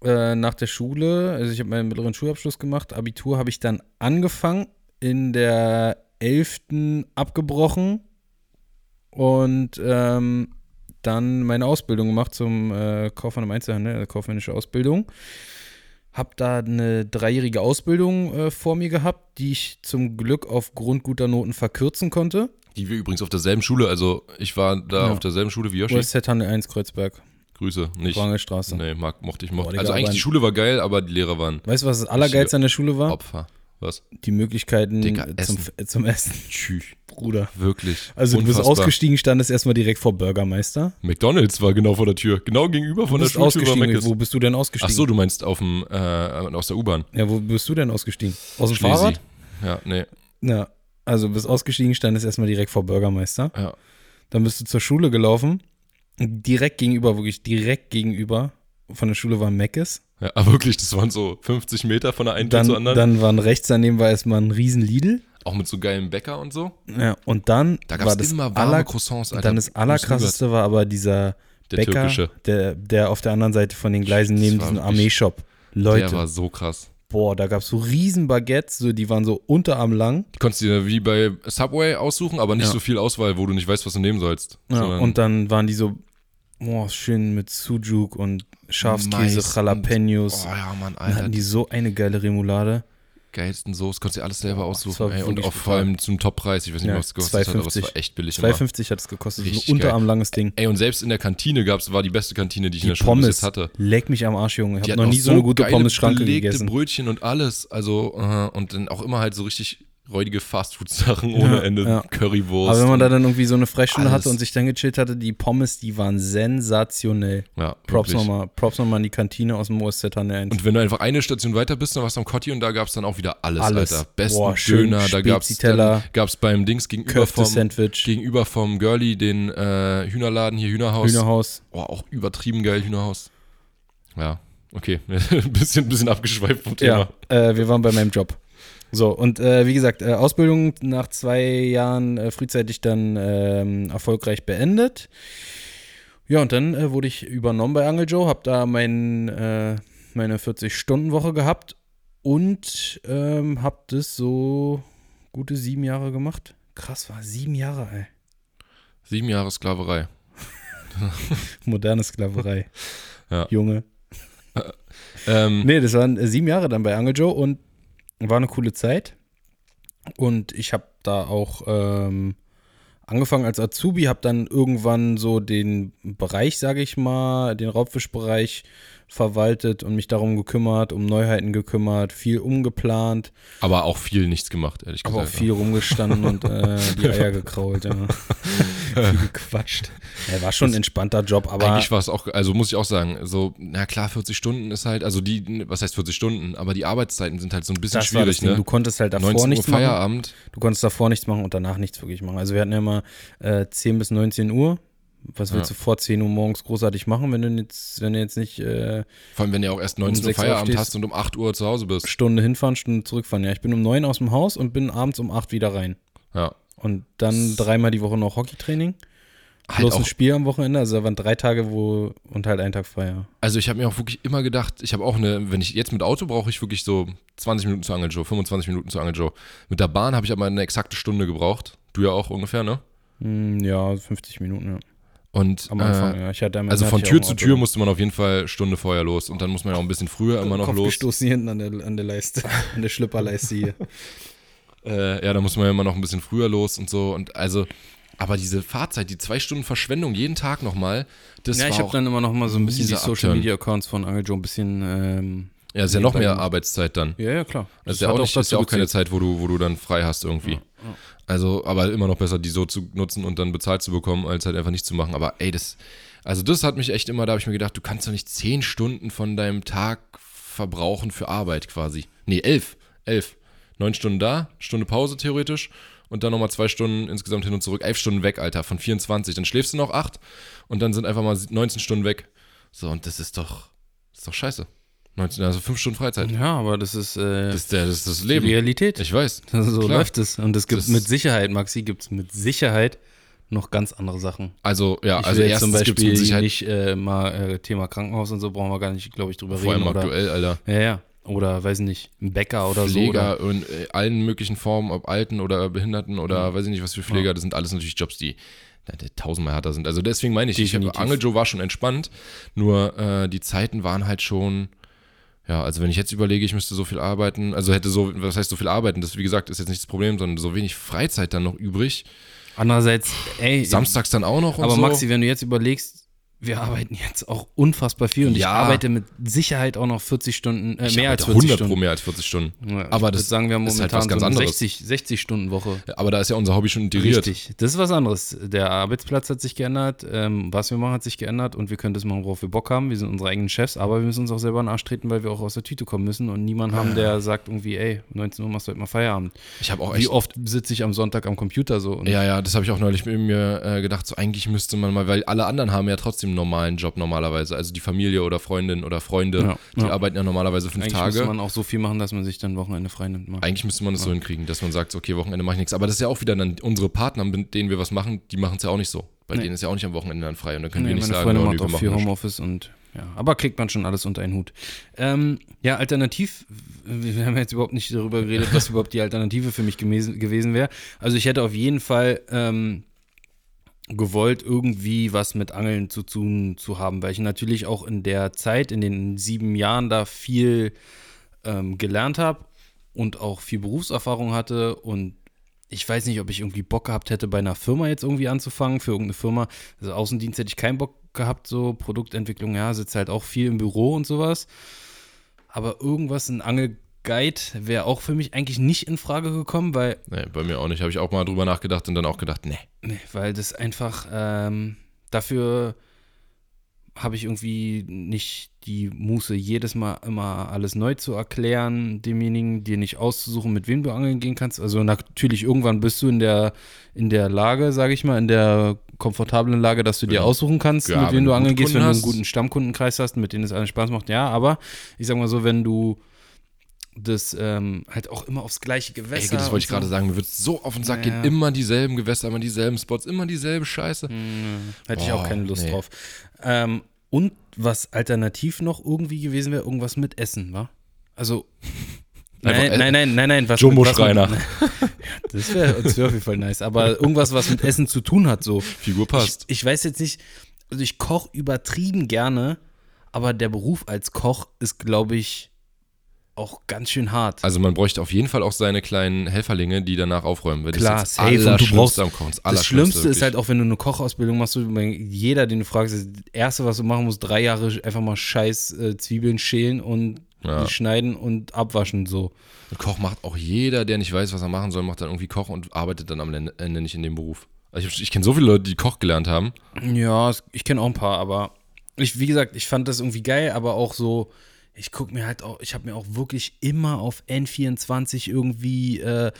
äh, nach der Schule, also ich habe meinen mittleren Schulabschluss gemacht, Abitur habe ich dann angefangen, in der 11. abgebrochen und ähm, dann meine Ausbildung gemacht zum äh, Kaufmann im Einzelhandel, also kaufmännische Ausbildung. Hab da eine dreijährige Ausbildung äh, vor mir gehabt, die ich zum Glück aufgrund guter Noten verkürzen konnte.
Die wir übrigens auf derselben Schule, also ich war da
Ja.
auf derselben Schule wie Yoshi.
USZ Handel 1 Kreuzberg,
Grüße, nicht.
Wrangelstraße.
Nee, mag, mochte ich, mochte.
Boah, Digga,
also
aber
eigentlich die
ein-
Schule war geil, aber die Lehrer waren
Weißt du, was das Allergeilste an der Schule war?
Opfer. Was?
Die Möglichkeiten
Digga,
zum,
Essen.
äh, zum Essen,
Tschüss.
Bruder.
Wirklich.
Also du bist
Unfassbar.
ausgestiegen, standest erstmal direkt vor Bürgermeister.
McDonalds war genau vor der Tür. Genau gegenüber von
Du
der
bist
Schultür war
ausgestiegen.
Mc's.
Wo bist du denn ausgestiegen?
Ach so, du meinst auf dem, äh, aus der U-Bahn.
Ja, wo bist du denn ausgestiegen? Aus dem
Schlesi.
Fahrrad?
Ja, nee.
Ja. Also du bist ausgestiegen, standest erstmal direkt vor Bürgermeister.
Ja.
Dann bist du zur Schule gelaufen. Direkt gegenüber, wirklich direkt gegenüber von der Schule war Meckes.
Ja, aber wirklich, das waren so 50 Meter von der einen Tür
Dann,
zur anderen.
dann waren rechts daneben war erstmal ein riesen Lidl.
Auch mit so geilem Bäcker und so.
Ja, und dann
Da
war
gab's
das
immer warme
aller,
Croissants, Alter.
Dann das allerkrasseste war aber dieser
Der
Bäcker,
türkische.
Der, der auf der anderen Seite von den Gleisen
Das
neben
war
diesem
wirklich-
Armeeshop.
Der war
Leute,
so krass.
boah, da gab es so riesen Baguettes, so, die waren so unterarm lang.
Die konntest du dir wie bei Subway aussuchen, aber nicht
Ja.
so viel Auswahl, wo du nicht weißt, was du nehmen sollst.
Ja,
Sondern-
und dann waren die so, boah, schön mit Sujuk und Schafskäse,
Mais
Jalapenos.
oh ja, Mann,
dann
Alter.
hatten
Die
die so eine geile Remoulade.
geilsten Soße, konntest du dir alles selber
das
aussuchen.
war
Ey, und
wirklich
auch vor
brutal.
allem zum Toppreis. Ich weiß nicht,
Ja,
was es gekostet hat, aber es
2,50.
war echt billig. immer.
2,50 hat es gekostet, so
Richtig
ein unterarm langes Ding.
Ey, und selbst in der Kantine gab's, war die beste Kantine, die ich in
Die
der Schule bis
Pommes,
jetzt hatte.
leck mich am Arsch, Junge. Ich
Die
habe
hatten
noch nie
auch
so eine gute
geile
Pommes-Schranke
belegte
gegessen.
Brötchen und alles. Also, äh, und dann auch immer halt so richtig räudige Fastfood-Sachen ohne
Ja,
Ende.
ja.
Currywurst.
Aber wenn man da
und-
dann irgendwie so eine Freistunde
Alles.
hatte und sich dann gechillt hatte, die Pommes, die waren sensationell.
ja,
Props
wirklich.
nochmal Props noch mal an die Kantine aus dem OSZ Handel 1.
Und wenn du einfach eine Station weiter bist, dann warst du am Cotti und da gab's dann auch wieder alles,
Alles.
Alter. Besten
Boah, schön
Döner, da gab's dann
Spezi-Teller.
gab's beim Dings gegenüber vom,
Köfte-Sandwich,
gegenüber vom Girlie den äh, Hühnerladen hier, Hühnerhaus.
Hühnerhaus.
Boah, auch übertrieben geil, Hühnerhaus. Ja, okay. ein bisschen, bisschen abgeschweift vom Thema.
Ja, äh, wir waren bei meinem Job. So, und äh, wie gesagt, äh, Ausbildung nach zwei Jahren äh, frühzeitig dann ähm, erfolgreich beendet. Ja, und dann äh, wurde ich übernommen bei Angel Joe, habe da mein, äh, meine 40-Stunden-Woche gehabt und ähm, habe das so gute sieben Jahre gemacht. Krass, war sieben Jahre, ey.
Sieben Jahre Sklaverei.
Moderne Sklaverei.
Ja.
Junge.
Ähm,
Nee, das waren äh, sieben Jahre dann bei Angel Joe und war eine coole Zeit. Und ich habe da auch ähm, angefangen als Azubi, habe dann irgendwann so den Bereich, sage ich mal, den Raubfischbereich verwaltet und mich darum gekümmert, um Neuheiten gekümmert, viel umgeplant,
Aber auch viel nichts gemacht, ehrlich
aber auch
gesagt.
viel rumgestanden und äh, die Eier gekrault, ja. viel gequatscht. Ja, war schon ein entspannter Job, aber
Äh. Eigentlich war es auch, also muss ich auch sagen, so, na klar, 40 Stunden ist halt, also die, was heißt 40 Stunden, aber die Arbeitszeiten sind halt so ein bisschen
das war das
schwierig,
Ding. Du
ne?
konntest halt davor
19 Uhr
nichts machen.
Feierabend,
Du konntest davor nichts machen und danach nichts wirklich machen. Also wir hatten ja immer äh, 10 bis 19 Uhr. Was willst du vor 10 Uhr morgens großartig machen, wenn du jetzt, wenn du jetzt nicht äh,
vor allem wenn du auch erst 19 Uhr
sechs
Feierabend
aufstehst.
hast und um 8 Uhr zu Hause bist.
Stunde hinfahren, Stunde zurückfahren? Ja, ich bin um 9 aus dem Haus und bin abends um 8 wieder rein.
Ja.
Und dann dreimal die Woche noch Hockeytraining.
Halt
Bloß
auch
ein Spiel am Wochenende. Also da waren drei Tage, wo und halt ein Tag frei. Ja.
Also ich habe mir auch wirklich immer gedacht, ich habe auch eine, wenn ich jetzt mit Auto brauche ich wirklich so 20 Minuten zu Angel Joe, 25 Minuten zu Angel Joe. Mit der Bahn habe ich aber eine exakte Stunde gebraucht. Du ja auch ungefähr, ne?
Hm, ja, 50 Minuten, ja.
Und
Am Anfang,
äh,
ja. Ich hatte, am Ende
also
hatte
von
ich auch
Tür
ein
zu
Auto.
Tür musste man auf jeden Fall Stunde vorher los und dann muss man ja auch ein bisschen früher immer noch
Kopf
los.
gestoßen hinten an der, an der Leiste, an der Schlüpperleiste hier.
Äh, ja, da muss man ja immer noch ein bisschen früher los und so und also aber diese Fahrzeit, die zwei Stunden Verschwendung jeden Tag nochmal, das
ja,
war
ich habe
auch,
dann immer noch mal so ein bisschen die
mieser
Social
Upturn.
Media Accounts von Angel Joe ein bisschen. Ähm,
ja, ist ja noch mehr
Arbeit.
Arbeitszeit dann.
Ja, ja, klar.
Das ist ja auch, nicht, ist ja auch keine Zeit, wo du, wo du dann frei hast irgendwie. Also, aber immer noch besser, die so zu nutzen und dann bezahlt zu bekommen, als halt einfach nicht zu machen. Aber ey, das, also das hat mich echt immer, da habe ich mir gedacht, du kannst doch nicht zehn Stunden von deinem Tag verbrauchen für Arbeit quasi. Nee, elf. Elf. Neun Stunden da, Stunde Pause theoretisch und dann nochmal zwei Stunden insgesamt hin und zurück. Elf Stunden weg, Alter, von 24. Dann schläfst du noch acht und dann sind einfach mal 19 Stunden weg. So, und das ist doch, das ist doch scheiße. 19, also fünf Stunden Freizeit.
Ja, aber das ist, äh,
Das ist, der, das, ist das
die
Leben.
Realität.
Ich weiß.
so
klar.
läuft es. Und es gibt
Das-
mit Sicherheit, Maxi, gibt es mit Sicherheit noch ganz andere Sachen.
Also, ja,
Ich
also
will jetzt zum
erstens gibt es
Beispiel
mit Sicherheit
nicht äh, mal äh, Thema Krankenhaus und so, brauchen wir gar nicht, glaube ich, drüber
vor
reden.
allem
Oder,
aktuell, Alter.
ja, ja. Oder, weiß nicht, ein Bäcker oder
Pfleger in äh, allen möglichen Formen, ob Alten oder Behinderten oder
Mhm.
weiß ich nicht, was für Pfleger, das sind alles natürlich Jobs, die na, die tausendmal härter sind. Also deswegen meine ich, ich hab,
Definitiv.
Angel Joe war schon entspannt, nur äh, die Zeiten waren halt schon, ja, also wenn ich jetzt überlege, ich müsste so viel arbeiten, also hätte so, was heißt so viel arbeiten, das wie gesagt ist jetzt nicht das Problem, sondern so wenig Freizeit dann noch übrig,
so. Andererseits, ey,
samstags dann auch noch und
aber
so.
Maxi, wenn du jetzt überlegst, wir arbeiten jetzt auch unfassbar viel und ich
Ja.
arbeite mit Sicherheit auch noch 40 Stunden, äh,
Ich
mehr als
arbeite
40
pro
Stunden.
mehr als 40 Stunden.
Ja, ich
Aber
würd
das
sagen wir haben
ist halt
momentan
was ganz
so eine
anderes.
60, 60 Stunden Woche.
Aber da ist ja unser Hobby schon integriert.
Richtig. Das ist was anderes. Der Arbeitsplatz hat sich geändert, ähm, was wir machen hat sich geändert und wir können das machen, worauf wir Bock haben. Wir sind unsere eigenen Chefs, aber wir müssen uns auch selber in den Arsch treten, weil wir auch aus der Tüte kommen müssen und niemanden haben, der sagt irgendwie, ey, 19 Uhr machst du heute mal Feierabend.
Ich habe auch Oh, echt
Wie oft sitze ich am Sonntag am Computer so und
Ja, ja, das habe ich auch neulich mit mir äh, gedacht. So, eigentlich müsste man mal, weil alle anderen haben ja trotzdem einen normalen Job normalerweise. Also die Familie oder Freundin oder Freunde,
Ja,
die
ja.
arbeiten ja normalerweise fünf
eigentlich muss
Tage. Ah,
man auch so viel machen, dass man sich dann Wochenende frei nimmt. mal.
eigentlich müsste man das so hinkriegen, dass man sagt, so, okay, Wochenende mache ich nichts. Aber das ist ja auch wieder dann unsere Partner, mit denen wir was machen, die machen es ja auch nicht so. Bei
Nee.
denen ist ja auch nicht am Wochenende dann frei und dann können
Nee,
wir nicht
meine
sagen,
Freundin
oh, nee,
macht
wir
auch viel
machen nicht.
Homeoffice und ja, aber kriegt man schon alles unter einen Hut. Ähm, ja, alternativ, wir haben jetzt überhaupt nicht darüber geredet, was überhaupt die Alternative für mich gemes- gewesen wäre. Also ich hätte auf jeden Fall ähm, gewollt, irgendwie was mit Angeln zu tun zu haben, weil ich natürlich auch in der Zeit, in den sieben Jahren da viel ähm, gelernt habe und auch viel Berufserfahrung hatte und ich weiß nicht, ob ich irgendwie Bock gehabt hätte, bei einer Firma jetzt irgendwie anzufangen, für irgendeine Firma. Also Außendienst hätte ich keinen Bock gehabt, so Produktentwicklung, ja, sitzt halt auch viel im Büro und sowas. Aber irgendwas, ein Angelguide wäre auch für mich eigentlich nicht in Frage gekommen, weil,
Nee, bei mir auch nicht. Habe ich auch mal drüber nachgedacht und dann auch gedacht, nee.
nee, weil das einfach ähm, dafür habe ich irgendwie nicht die Muße, jedes Mal immer alles neu zu erklären, demjenigen, dir nicht auszusuchen, mit wem du angeln gehen kannst. Also natürlich, irgendwann bist du in der, in der Lage, sage ich mal, in der komfortablen Lage, dass du dir
Genau.
aussuchen kannst,
Ja,
mit
wenn
wem
du
du angeln
gute
gehst, wenn
Kunden
du einen
hast.
guten Stammkundenkreis hast, mit denen es allen Spaß macht. Ja, aber ich sag mal so, wenn du das ähm, halt auch immer aufs gleiche Gewässer.
Ey, das
und
wollte ich
so.
gerade sagen. Mir wird so auf den Sack
Ja.
gehen. Immer dieselben Gewässer, immer dieselben Spots, immer dieselbe Scheiße.
Hm. Hätte ich auch
Boah,
keine Lust
nee.
drauf. Ähm, und was alternativ noch irgendwie gewesen wäre, irgendwas mit Essen, wa? Also. Nein,
Einfach
nein, nein, nein, nein. Was
Jumbo
mit- was mit-
Schreiner.
Das wäre wär auf jeden Fall nice. Aber irgendwas, was mit Essen zu tun hat, so.
Figur passt.
Ich, ich weiß jetzt nicht, also ich koche übertrieben gerne, aber der Beruf als Koch ist, glaube ich, auch ganz schön hart.
Also man bräuchte auf jeden Fall auch seine kleinen Helferlinge, die danach aufräumen. Weil
Klar,
das ist
safe. Und
jetzt
du
Allerschlimmste
brauchst-
am Kochen. Das,
Das Schlimmste
Allerschlimmste,
ist halt auch, wenn du eine Kochausbildung machst, so, mein- jeder, den du fragst, ist das Erste, was du machen musst, drei Jahre einfach mal scheiß äh, Zwiebeln schälen und
Ja.
schneiden und abwaschen, so.
wirklich. Koch macht auch jeder, der nicht weiß, was er machen soll, macht dann irgendwie Koch und arbeitet dann am Ende Ende nicht in dem Beruf. Also ich hab- ich kenne so viele Leute, die Koch gelernt haben.
Ja, es- ich kenne auch ein paar, aber ich, wie gesagt, ich fand das irgendwie geil, aber auch so, ich guck mir halt auch, ich habe mir auch wirklich immer auf N24 irgendwie äh,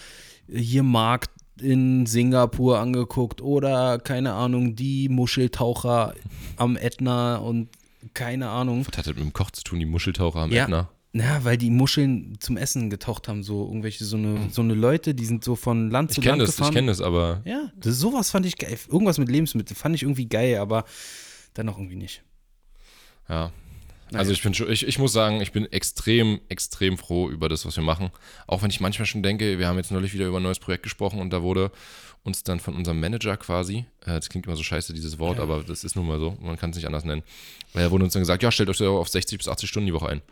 hier Markt in Singapur angeguckt oder keine Ahnung, die Muscheltaucher am Ätna und keine Ahnung.
Was hat das mit dem Koch zu tun, die Muscheltaucher am
Ja.
Ätna?
Na, weil die Muscheln zum Essen getaucht haben, so irgendwelche, so eine, so eine Leute, die sind so von Land zu
Hm. Ich kenne
Land
das, ich
gefahren.
kenne das, aber
Ja, das, sowas fand ich geil. Irgendwas mit Lebensmitteln fand ich irgendwie geil, aber dann auch irgendwie nicht.
Ja. Also ich bin schon, ich, ich muss sagen, ich bin extrem, extrem froh über das, was wir machen. Auch wenn ich manchmal schon denke, wir haben jetzt neulich wieder über ein neues Projekt gesprochen und da wurde uns dann von unserem Manager quasi, äh, das klingt immer so scheiße, dieses Wort, aber das ist nun mal so, man kann es nicht anders nennen. Er wurde uns dann gesagt, ja, stellt euch so auf 60 bis 80 Stunden die Woche ein.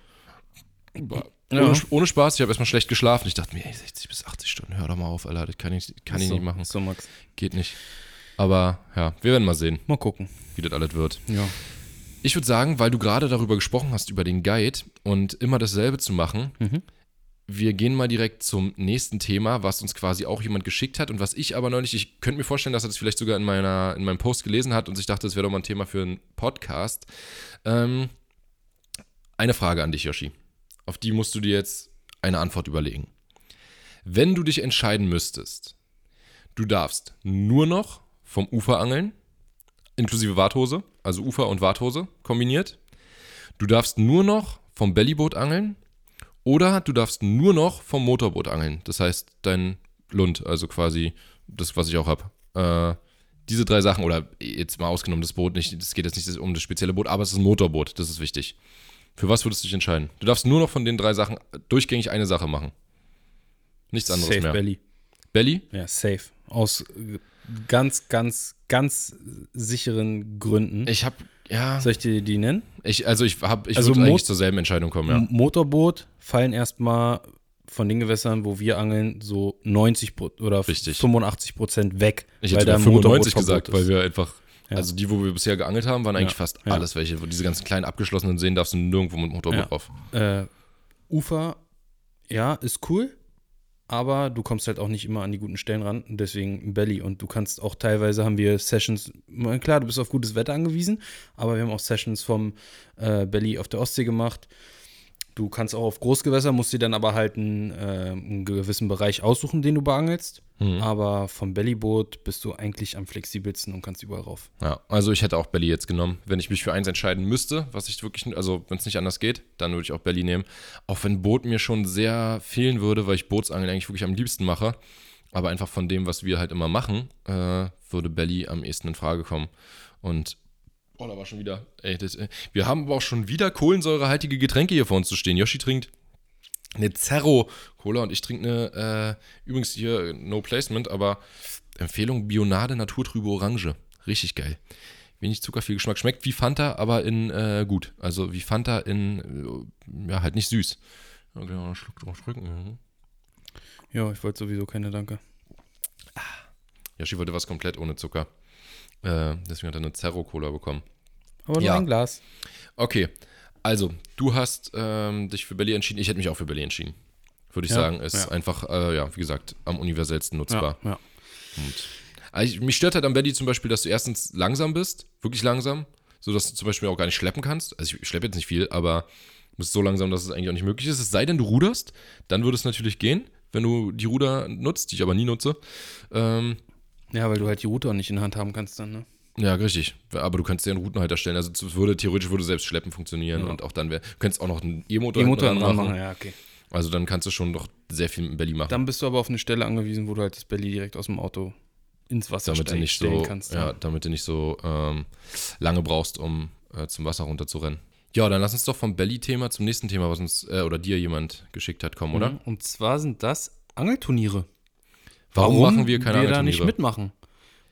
Ohne, ohne Spaß, ich habe erstmal schlecht geschlafen. Ich dachte mir, ey, 60 bis 80 Stunden, hör doch mal auf, Alter, das kann ich, kann ich
so,
nicht machen.
So, Max.
Geht nicht. Aber ja, wir werden mal sehen,
Mal gucken.
wie das alles wird.
Ja.
Ich würde sagen, weil du gerade darüber gesprochen hast, über den Guide und immer dasselbe zu machen, wir gehen mal direkt zum nächsten Thema, was uns quasi auch jemand geschickt hat und was ich aber neulich, ich könnte mir vorstellen, dass er das vielleicht sogar in, meiner, in meinem Post gelesen hat und sich dachte, das wäre doch mal ein Thema für einen Podcast. Ähm, eine Frage an dich, Yoshi. Auf die musst du dir jetzt eine Antwort überlegen. Wenn du dich entscheiden müsstest, du darfst nur noch vom Ufer angeln, inklusive Warthose, also Ufer und Warthose kombiniert. Du darfst nur noch vom Bellyboot angeln oder du darfst nur noch vom Motorboot angeln. Das heißt, dein Lund, also quasi das, was ich auch habe. Äh, diese drei Sachen, oder jetzt mal ausgenommen das Boot, nicht, es geht jetzt nicht um das spezielle Boot, aber es ist ein Motorboot, das ist wichtig. Für was würdest du dich entscheiden? Du darfst nur noch von den drei Sachen durchgängig eine Sache machen. Nichts anderes
safe
mehr.
Belly.
Belly?
Ja, safe. Aus äh, ganz, ganz, ganz sicheren Gründen.
Ich habe, ja,
Soll ich dir die nennen?
ich, also ich habe, ich
Also
würde
Mo-
eigentlich zur selben Entscheidung kommen, ja.
M- Motorboot fallen erstmal von den Gewässern, wo wir angeln, so 90 Pro- oder
Richtig.
85 Prozent weg.
Ich
weil
hätte
da
mir
ein
95
Motorbootverbot
gesagt, weil
ist.
wir einfach,
Ja.
also die, wo wir bisher geangelt haben, waren eigentlich
Ja,
fast
ja.
alles welche. Wo Diese ganzen kleinen abgeschlossenen Seen darfst du nirgendwo mit Motorboot
Ja.
drauf.
äh, Ufer, ja, ist cool, aber du kommst halt auch nicht immer an die guten Stellen ran, deswegen Belly. Und du kannst auch teilweise haben wir Sessions, na klar, du bist auf gutes Wetter angewiesen, aber wir haben auch Sessions vom äh, Belly auf der Ostsee gemacht. Du kannst auch auf Großgewässer, musst dir dann aber halt einen, äh, einen gewissen Bereich aussuchen, den du beangelst. Aber vom Bellyboot bist du eigentlich am flexibelsten und kannst überall rauf.
Ja, also ich hätte auch Belly jetzt genommen. Wenn ich mich für eins entscheiden müsste, was ich wirklich, also wenn es nicht anders geht, dann würde ich auch Belly nehmen. Auch wenn Boot mir schon sehr fehlen würde, weil ich Bootsangeln eigentlich wirklich am liebsten mache. Aber einfach von dem, was wir halt immer machen, äh, würde Belly am ehesten in Frage kommen. Und Oh, da war schon wieder. Ey, das, äh, wir haben aber auch schon wieder kohlensäurehaltige Getränke hier vor uns zu stehen. Yoshi trinkt eine Zerro Cola und ich trinke eine, äh, übrigens hier äh, No Placement, aber Empfehlung Bionade Naturtrübe Orange. Richtig geil. Wenig Zucker, viel Geschmack. Schmeckt wie Fanta, aber in äh, gut. Also wie Fanta in, äh, ja, halt nicht süß. Ja, genau, einen Schluck drauf drücken. Mhm.
Ja, ich wollte sowieso keine Danke.
Yoshi wollte was komplett ohne Zucker. Äh, deswegen hat er eine Zerro Cola bekommen.
Aber nur
Ja.
ein Glas.
Okay, also du hast ähm, dich für Belly entschieden. Ich hätte mich auch für Belly entschieden. Würde ich
Ja,
sagen, ist
ja.
einfach, äh, ja, wie gesagt, am universellsten
Ja,
nutzbar.
ja.
Also ich, mich stört halt am Belly zum Beispiel, dass du erstens langsam bist, wirklich langsam, so dass du zum Beispiel auch gar nicht schleppen kannst. Also ich, ich schleppe jetzt nicht viel, aber du bist so langsam, dass es eigentlich auch nicht möglich ist. Es sei denn, du ruderst, dann würde es natürlich gehen, wenn du die Ruder nutzt, die ich aber nie nutze. Ähm,
ja, weil du halt die Route auch nicht in der Hand haben kannst dann, ne?
Ja, richtig. Aber du könntest dir einen Routenhalter stellen. Also es würde theoretisch würde selbst Schleppen funktionieren
Ja.
und auch dann wäre. Du könntest auch noch einen E-Motor
Die Mutter
hinten
dran machen. Ja, okay.
Also dann kannst du schon doch sehr viel mit dem Belly machen.
Dann bist du aber auf eine Stelle angewiesen, wo du halt das Belly direkt aus dem Auto ins Wasser
damit du
stellen-
nicht
stellen
so,
kannst.
ja, damit du nicht so ähm, lange brauchst, um äh, zum Wasser runterzurennen. Ja, dann lass uns doch vom Belly-Thema zum nächsten Thema, was uns äh, oder dir jemand geschickt hat, kommen, oder?
Mhm. Und zwar sind das Angelturniere.
Warum, machen wir keine
da nicht
Angelturniere?
mitmachen?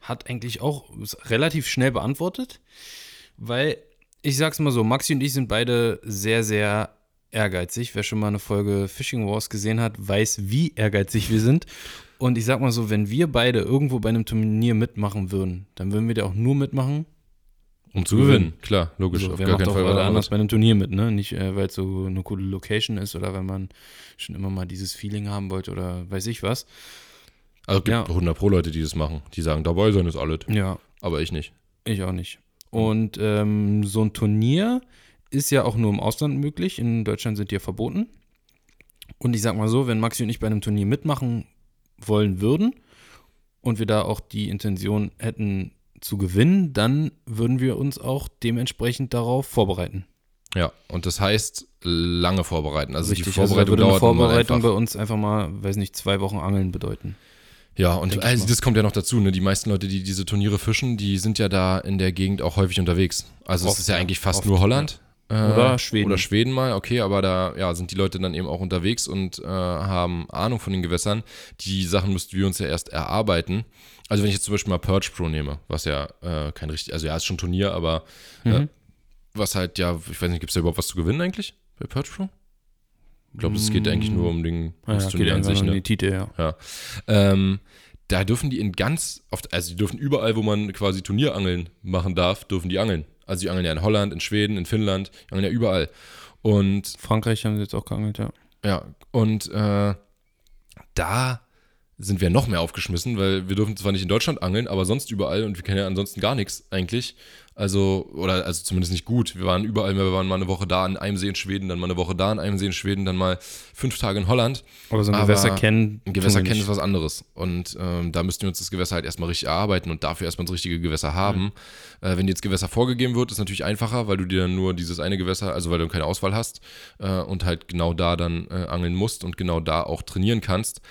Hat eigentlich auch ist relativ schnell beantwortet, weil ich sag's mal so, Maxi und ich sind beide sehr, sehr ehrgeizig. Wer schon mal eine Folge Fishing Wars gesehen hat, weiß, wie ehrgeizig wir sind. Und ich sag mal so, wenn wir beide irgendwo bei einem Turnier mitmachen würden, dann würden wir da auch nur mitmachen.
Um zu gewinnen, klar, logisch.
So,
auf
Also wer
gar
macht
keinen
auch
Fall.
gerade
was
anders
anderes.
bei einem Turnier mit, ne? Nicht, äh, weil es so eine coole Location ist oder wenn man schon immer mal dieses Feeling haben wollte oder weiß ich was.
Also es gibt
Ja. Mhm.
100 pro Leute, die das machen. Die sagen, dabei sein ist alles.
Ja,
Aber ich nicht.
Ich auch nicht. Und ähm, so ein Turnier ist ja auch nur im Ausland möglich. In Deutschland sind die ja verboten. Und ich sag mal so, wenn Maxi und ich bei einem Turnier mitmachen wollen würden und wir da auch die Intention hätten zu gewinnen, dann würden wir uns auch dementsprechend darauf vorbereiten.
Ja, und das heißt, lange vorbereiten. Also die
also da
Vorbereitung dauert
würde eine
nun mal
Vorbereitung
einfach.
bei uns einfach mal, weiß nicht, zwei Wochen Angeln bedeuten.
Ja, und
Denk ich
also
mal.
das kommt ja noch dazu, ne? Die meisten Leute, die diese Turniere fischen, die sind ja da in der Gegend auch häufig unterwegs. Also
Oft,
es ist ja
ja.
eigentlich fast
Oft,
nur Holland. äh,
Oder Schweden.
Oder Schweden mal, okay, aber da ja, sind die Leute dann eben auch unterwegs und äh, haben Ahnung von den Gewässern. Die Sachen müssten wir uns ja erst erarbeiten. Also wenn ich jetzt zum Beispiel mal Perch Pro nehme, was ja äh, kein richtig, also ja, ist schon Turnier, aber
Mhm.
äh, was halt ja, ich weiß nicht, gibt es da überhaupt was zu gewinnen eigentlich bei Perch Pro? Ich glaube, es geht eigentlich nur um den
Mm, Ja,
ums
geht einfach nur
ne?
um die Titel, ja.
ja. Ähm, da dürfen die in ganz, auf, also die dürfen überall, wo man quasi Turnierangeln machen darf, dürfen die angeln. Also die angeln ja in Holland, in Schweden, in Finnland, die angeln ja überall. Und
Frankreich haben sie jetzt auch geangelt, ja.
ja, und äh, da sind wir noch mehr aufgeschmissen, weil wir dürfen zwar nicht in Deutschland angeln, aber sonst überall und wir kennen ja ansonsten gar nichts eigentlich. Also, oder also zumindest nicht gut. Wir waren überall, wir waren mal eine Woche da in einem See in Schweden, dann mal eine Woche da in einem See in Schweden, dann mal fünf Tage in Holland.
Aber so ein
Aber
Gewässer kennen.
Ein Gewässer
tun wir
kennen ist
nicht.
was anderes. Und ähm, da müssten wir uns das Gewässer halt erstmal richtig erarbeiten und dafür erstmal das richtige Gewässer haben.
Mhm.
Äh, wenn dir jetzt Gewässer vorgegeben wird, ist natürlich einfacher, weil du dir dann nur dieses eine Gewässer, also weil du keine Auswahl hast äh, und halt genau da dann äh, angeln musst und genau da auch trainieren kannst.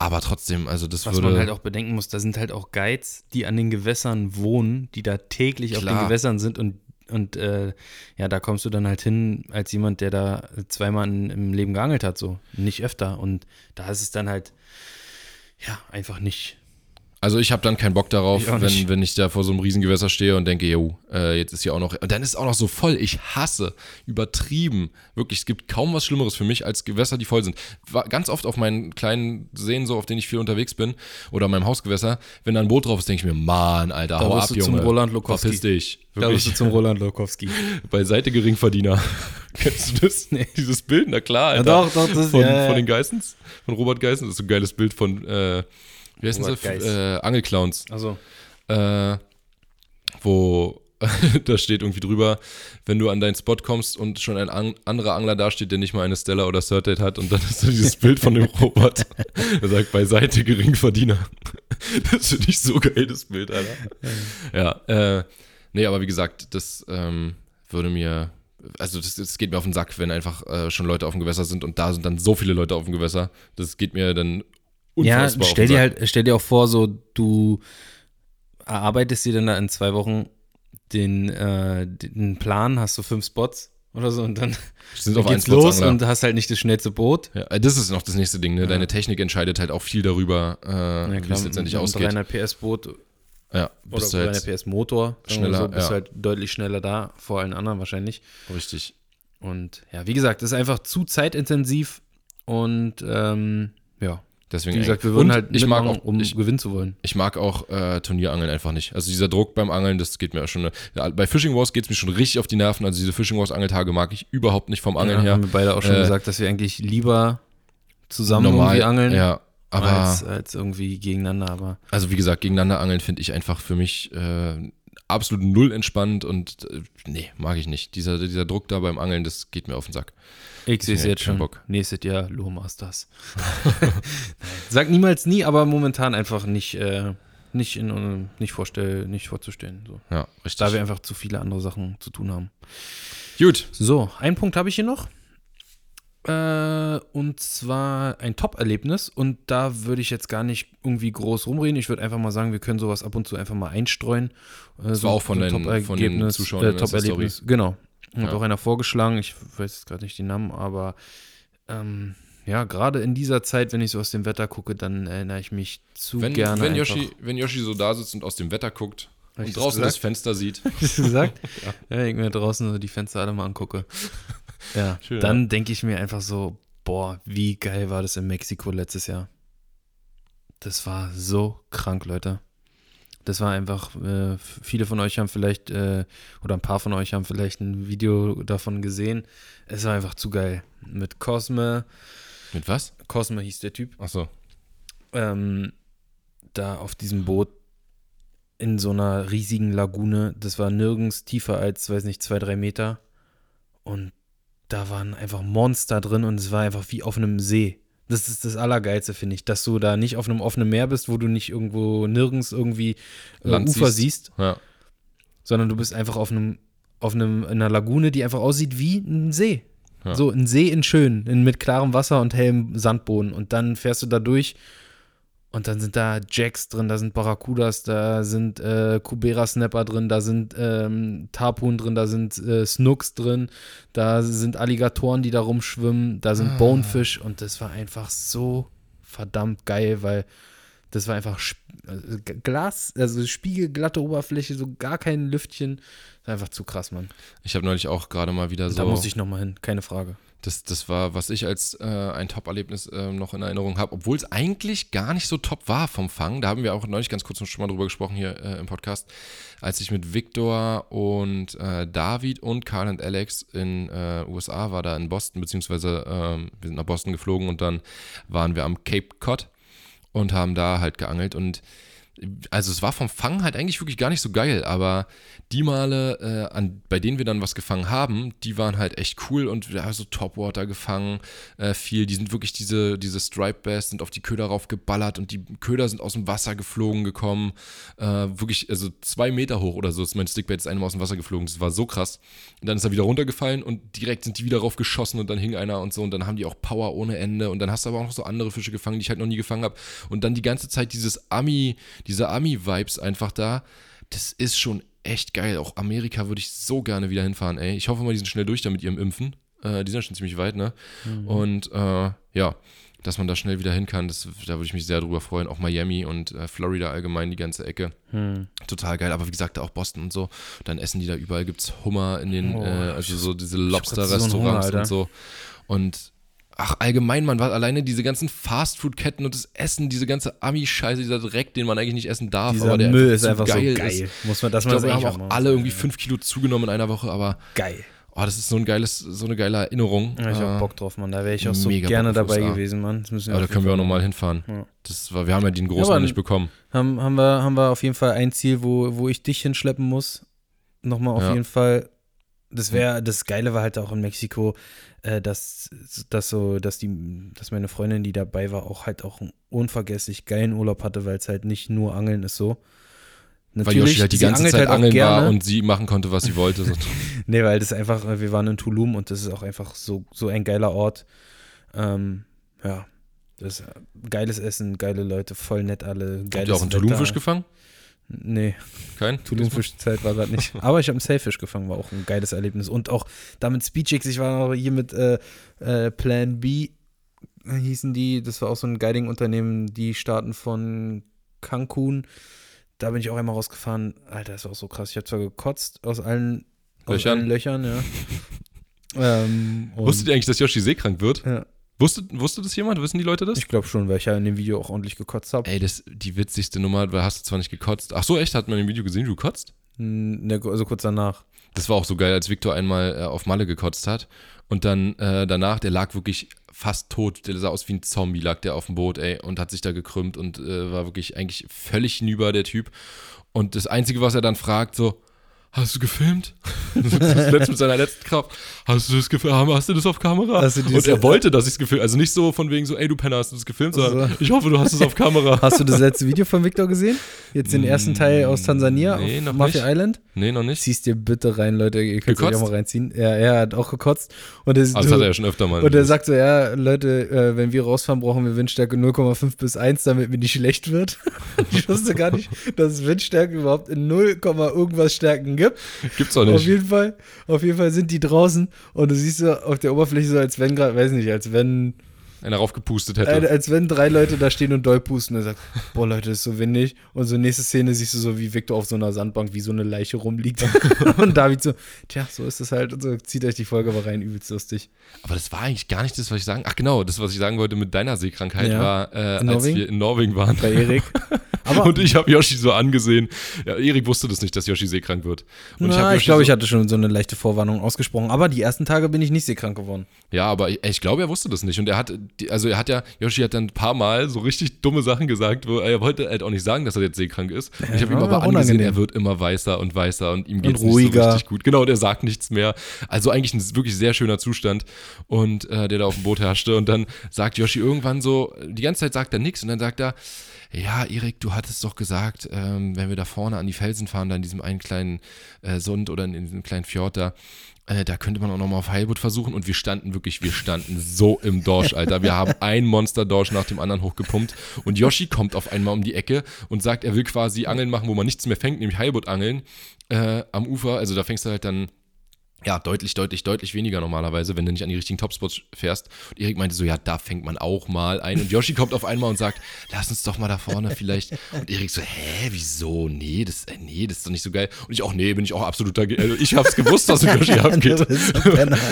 Aber trotzdem, also das
Was
würde.
man halt auch bedenken muss, da sind halt auch Guides, die an den Gewässern wohnen, die da täglich auf
Klar.
den Gewässern sind und, und äh, ja, da kommst du dann halt hin als jemand, der da zweimal in, im Leben geangelt hat, so. Nicht öfter. Und da ist es dann halt, ja, einfach nicht.
also ich habe dann keinen Bock darauf,
Ich auch nicht.
wenn, wenn ich da vor so einem Riesengewässer stehe und denke, jo, äh, jetzt ist hier auch noch. Und dann ist es auch noch so voll. Ich hasse, übertrieben. Wirklich, es gibt kaum was Schlimmeres für mich als Gewässer, die voll sind. War ganz oft auf meinen kleinen Seen, so auf denen ich viel unterwegs bin, oder meinem Hausgewässer, wenn da ein Boot drauf ist, denke ich mir, Mann, Alter, hau
wirst
ab,
du zum
Junge.
Roland Lokowski.
Verpiss dich.
Da bist du
Wirklich.
zum Roland Lokowski.
Beiseite Geringverdiener. Kennst du das? Dieses Bild? Na klar, Alter.
doch, doch, das-
von,
ja, ja.
von den Geissens, von Robert Geissen. Das ist so ein geiles Bild von, äh, wie heißen
Robert
sie? F-
Geiss.
Äh, Angelclowns
Also,
äh, wo da steht irgendwie drüber, wenn du an deinen Spot kommst und schon ein an, anderer Angler dasteht, der nicht mal eine Stella oder Surtate hat und dann ist so dieses Bild von dem Robert, der sagt, beiseite Geringverdiener. das finde ich so geil, das Bild, Alter. ja, äh, nee, aber wie gesagt, das ähm, würde mir, also das, das geht mir auf den Sack, wenn einfach äh, schon Leute auf dem Gewässer sind und da sind dann so viele Leute auf dem Gewässer. Das geht mir dann
ja,
unfassbar auf
stell
den
dir
Sack.
halt, stell dir auch vor, so du erarbeitest dir dann da in zwei Wochen den, äh, den Plan, hast du fünf Spots oder so und dann
sind
dann
auf einen
halt, geht's
Spot
los
Angler.
und hast halt nicht das schnellste Boot.
Ja, äh, das ist noch das nächste Ding, ne? Deine Technik entscheidet halt auch viel darüber, äh, wie es letztendlich ausgeht.
300 PS Boot oder
Ja, bist du halt
300 PS Motor
schneller,
schneller, so, bist
ja.
du halt deutlich schneller da vor allen anderen wahrscheinlich.
richtig.
Und ja, wie gesagt, ist einfach zu zeitintensiv und ähm, ja,
Deswegen
wie gesagt,
eng.
wir würden
Und
halt
ich mag
mitmachen,
auch
um
ich,
gewinnen zu wollen.
ich mag auch äh, Turnierangeln einfach nicht. Also dieser Druck beim Angeln, das geht mir schon. Ne, ja, bei Fishing Wars geht es mir schon richtig auf die Nerven. Also diese Fishing Wars Angeltage mag ich überhaupt nicht vom Angeln
ja, haben
her.
wir beide auch schon
äh,
gesagt, dass wir eigentlich lieber zusammen
Normal
irgendwie angeln
Ja, aber
als, als irgendwie gegeneinander. Aber
also wie gesagt, gegeneinander angeln finde ich einfach für mich äh, absolut null entspannt und äh, nee, mag ich nicht. Dieser dieser Druck da beim Angeln, das geht mir auf den Sack.
ich sehe es
Ja,
jetzt
kein
schon.
Bock.
Nächstes Jahr Lohmasters. Sag niemals nie, aber momentan einfach nicht, äh, nicht, in, äh, nicht, vorstell, nicht vorzustellen. So.
Ja, richtig.
Da wir einfach zu viele andere Sachen zu tun haben.
Gut.
So, einen Punkt habe ich hier noch. Äh, und zwar ein Top-Erlebnis. Und da würde ich jetzt gar nicht irgendwie groß rumreden. Ich würde einfach mal sagen, wir können sowas ab und zu einfach mal einstreuen. Äh,
war auch von den- von den
Top-Ergebnis,
Zuschauern in
Äh,
der
Top-Erlebnis. Genau. Hat
Ja.
auch einer vorgeschlagen. Ich weiß jetzt gerade nicht den Namen, aber ähm, ja, gerade in dieser Zeit, wenn ich so aus dem Wetter gucke, dann erinnere ich mich zu
Wenn,
gerne.
wenn,
einfach-
Yoshi, wenn Yoshi so da sitzt und aus dem Wetter guckt
Hab ich
und
das
draußen das
gesagt?
Fenster sieht,
Hast du gesagt? ja. wenn ich mir draußen so die Fenster alle mal angucke. Ja,
Schön,
dann denke ich mir einfach so, boah, wie geil war das in Mexiko letztes Jahr. Das war so krank, Leute. Das war einfach, äh, f- viele von euch haben vielleicht, äh, oder ein paar von euch haben vielleicht ein Video davon gesehen. Es war einfach zu geil. Mit Cosme,
mit was?
Cosme hieß der Typ
Achso.
ähm, da auf diesem Boot in so einer riesigen Lagune. Das war nirgends tiefer als, weiß nicht, zwei, drei Meter. Und da waren einfach Monster drin und es war einfach wie auf einem See. Das ist das Allergeilste, finde ich, dass du da nicht auf einem offenen Meer bist, wo du nicht irgendwo nirgends irgendwie äh,
Land
Ufer
siehst.
siehst
Ja.
sondern du bist einfach auf einem auf einem in einer Lagune, die einfach aussieht wie ein See.
Ja.
So ein See in schön, in, mit klarem Wasser und hellem Sandboden und dann fährst du da durch und dann sind da Jacks drin, da sind Barracudas, da sind äh, Kubera Snapper drin, da sind ähm, Tarpun drin, da sind äh, Snooks drin, da sind Alligatoren, die da rumschwimmen, da sind Bonefish und das war einfach so verdammt geil, weil das war einfach sp- also g- Glas, also spiegelglatte Oberfläche, so gar kein Lüftchen. Das war einfach zu krass, Mann.
Ich habe neulich auch gerade mal wieder so.
Da musste ich nochmal hin, keine Frage.
Das, das war, was ich als äh, ein Top-Erlebnis ähm, noch in Erinnerung habe, obwohl es eigentlich gar nicht so top war vom Fang. Da haben wir auch neulich ganz kurz schon mal drüber gesprochen hier äh, im Podcast, als ich mit Viktor und äh, David und Karl und Alex in äh, USA war, da in Boston, beziehungsweise ähm, wir sind nach Boston geflogen und dann waren wir am Cape Cod und haben da halt geangelt und also es war vom Fang halt eigentlich wirklich gar nicht so geil, aber die Male, äh, an, bei denen wir dann was gefangen haben, die waren halt echt cool und wir haben so Topwater gefangen, äh, viel, die sind wirklich diese, diese Stripe Bass, sind auf die Köder raufgeballert und die Köder sind aus dem Wasser geflogen gekommen, äh, wirklich, also zwei Meter hoch oder so ist mein Stickbait das eine Mal aus dem Wasser geflogen, das war so krass. Und dann ist er wieder runtergefallen und direkt sind die wieder raufgeschossen und dann hing einer und so und dann haben die auch Power ohne Ende und dann hast du aber auch noch so andere Fische gefangen, die ich halt noch nie gefangen habe und dann die ganze Zeit dieses Ami, diese Ami-Vibes einfach da, das ist schon echt geil. Auch Amerika würde ich so gerne wieder hinfahren, ey. Ich hoffe mal, die sind schnell durch da mit ihrem Impfen. Äh, die sind ja schon ziemlich weit, ne? Und äh, ja, dass man da schnell wieder hin kann, das, da würde ich mich sehr drüber freuen. Auch Miami und äh, Florida allgemein, die ganze Ecke. Total geil. Aber wie gesagt, auch Boston und so. Dann essen die da überall, gibt's Hummer in den,
Oh,
äh, also so diese
hab grad so einen
Lobster-Restaurants
Hunger, Alter.
und so. Und ach, allgemein, man war alleine diese ganzen Fastfood-Ketten und das Essen, diese ganze Ami-Scheiße, dieser Dreck, den man eigentlich nicht essen darf.
Dieser
aber der
Müll ist
zu
einfach so geil. Muss man, dass
ich
man
glaube, wir haben
das eigentlich
auch
machen muss.
alle irgendwie fünf Kilo zugenommen in einer Woche, aber
geil.
oh, das ist so ein geiles, so eine geile Erinnerung.
Ja, ich hab
Äh,
Bock drauf, Mann. Da wäre ich auch so
mega
gerne
Bock auf
dabei
USA.
gewesen, Mann. Das müssen wir
aber da
auf
können wir auch
jeden
nochmal hinfahren. Das war, wir haben ja den
Ja,
großen
aber-
noch nicht bekommen.
Fall- haben, haben, wir, haben wir auf jeden Fall ein Ziel, wo, wo ich dich hinschleppen muss. Nochmal auf
Ja.
jeden Fall. Das wäre, das Geile war halt auch in Mexiko, äh, dass, dass so, dass die, dass meine Freundin, die dabei war, auch halt auch einen unvergesslich geilen Urlaub hatte, weil es halt nicht nur Angeln ist so.
Weil Yoshi halt die
sie
ganze
angelt
Zeit
auch
angeln war
gerne.
und sie machen konnte, was sie wollte. So,
Nee, weil das einfach, äh, wir waren in Tulum und das ist auch einfach so, so ein geiler Ort. Ähm, ja. Das ist äh, geiles Essen, geile Leute, voll nett alle. Geiles
Habt ihr auch einen
Wetter.
Tulumfisch gefangen?
Nee,
Kein?
Tulumfischzeit war gerade nicht. Aber ich habe einen Sailfish gefangen, war auch ein geiles Erlebnis. Und auch damit Speedchicks, ich war auch hier mit äh, äh, Plan B, äh, hießen die, das war auch so ein Guiding-Unternehmen, die starten von Cancun. Da bin ich auch einmal rausgefahren. Alter, das war auch so krass. Ich habe zwar gekotzt aus allen aus
Löchern.
allen Löchern ja. ähm, und-
Wusstet ihr eigentlich, dass Yoshi seekrank wird?
Ja.
Wusstet, wusste das jemand? Wissen die Leute das?
Ich glaube schon, weil ich ja in dem Video auch ordentlich gekotzt habe.
Ey, das, die witzigste Nummer, weil hast du zwar nicht gekotzt. Ach so, echt? Hat man im Video gesehen, wie du kotzt?
Ne, also kurz danach.
Das war auch so geil, als Viktor einmal äh, auf Malle gekotzt hat. Und dann äh, danach, der lag wirklich fast tot. Der sah aus wie ein Zombie, lag der auf dem Boot, ey, und hat sich da gekrümmt und äh, war wirklich eigentlich völlig hinüber, der Typ. Und das Einzige, was er dann fragt, so, Hast du gefilmt? Das letzte mit seiner letzten Kraft. Hast du das gefilmt? Hast du das auf Kamera?
Hast du
Und
dieses-
er wollte, dass ich es gefilmt Also nicht so von wegen so, ey, du Penner, hast du das gefilmt, sondern
Also So.
ich hoffe, du hast es auf Kamera.
Hast du das letzte Video von Victor gesehen? Jetzt den ersten Teil aus Tansania
Nee,
auf
noch
Mafia
nicht.
Island?
Nee, noch nicht.
Ziehst dir bitte rein, Leute. Ihr könnt euch auch
Gekotzt?
mal reinziehen. Ja, er hat auch gekotzt. Und er,
Aber Also, das hat er ja schon öfter mal.
und er sagt so, ja, Leute, äh, wenn wir rausfahren, brauchen wir Windstärke 0,5 bis 1, damit mir nicht schlecht wird. ich wusste gar nicht, dass es Windstärke überhaupt in 0, irgendwas Stärken gibt.
Gibt's doch
Auf
nicht.
jeden Fall, auf jeden Fall sind die draußen und du siehst so auf der Oberfläche so, als wenn gerade, weiß nicht, als wenn
Einer raufgepustet
äh,
hätte.
als wenn drei Leute da stehen und doll pusten und er sagt, boah Leute, ist so windig. Und so nächste Szene siehst du so, wie Victor auf so einer Sandbank wie so eine Leiche rumliegt. und David so, tja, so ist es halt. Und so zieht euch die Folge aber rein, übelst lustig.
Aber das war eigentlich gar nicht das, was ich sagen. Ach genau, das, was ich sagen wollte mit deiner Seekrankheit,
Ja.
war, äh,
In
als
Norwegen?
wir in Norwegen waren.
Bei Erik. Aber
und ich habe Yoshi so angesehen. Ja, Erik wusste das nicht, dass Yoshi seekrank wird. Und hab
na, ich
Yoshi
glaube,
so,
ich hatte schon so eine leichte Vorwarnung ausgesprochen. Aber die ersten Tage bin ich nicht seekrank geworden.
Ja, aber ich, ich glaube, er wusste das nicht. Und er hat, die- also er hat ja, Yoshi hat dann ein paar Mal so richtig dumme Sachen gesagt, wo er wollte halt auch nicht sagen, dass er jetzt seekrank ist. Und ich habe ihm
war
aber
auch
angesehen,
unangenehm.
er wird immer weißer und weißer und ihm geht's nicht so
ruhiger.
richtig gut. Genau, und er sagt nichts mehr. Also eigentlich ein wirklich sehr schöner Zustand und äh, der da auf dem Boot herrschte. Und dann sagt Yoshi irgendwann so, die ganze Zeit sagt er nichts und dann sagt er, ja, Erik, du hattest doch gesagt, ähm, wenn wir da vorne an die Felsen fahren, da in diesem einen kleinen äh, Sund oder in, in diesem kleinen Fjord da, äh, da könnte man auch nochmal auf Heilbutt versuchen. Und wir standen wirklich, wir standen so im Dorsch, Alter. Wir haben ein Monster-Dorsch nach dem anderen hochgepumpt. Und Yoshi kommt auf einmal um die Ecke und sagt, er will quasi Angeln machen, wo man nichts mehr fängt, nämlich Heilbutt-Angeln äh, am Ufer. Also da fängst du halt dann ja, deutlich, deutlich, deutlich weniger normalerweise, wenn du nicht an die richtigen Topspots fährst. Und Erik meinte so, ja, da fängt man auch mal ein. Und Yoshi kommt auf einmal und sagt, lass uns doch mal da vorne vielleicht. Und Erik so, hä, wieso? Nee, das, äh, nee, das ist doch nicht so geil. Und ich auch, nee, bin ich auch absolut dagegen. Also ich hab's gewusst, dass es Yoshi abgeht.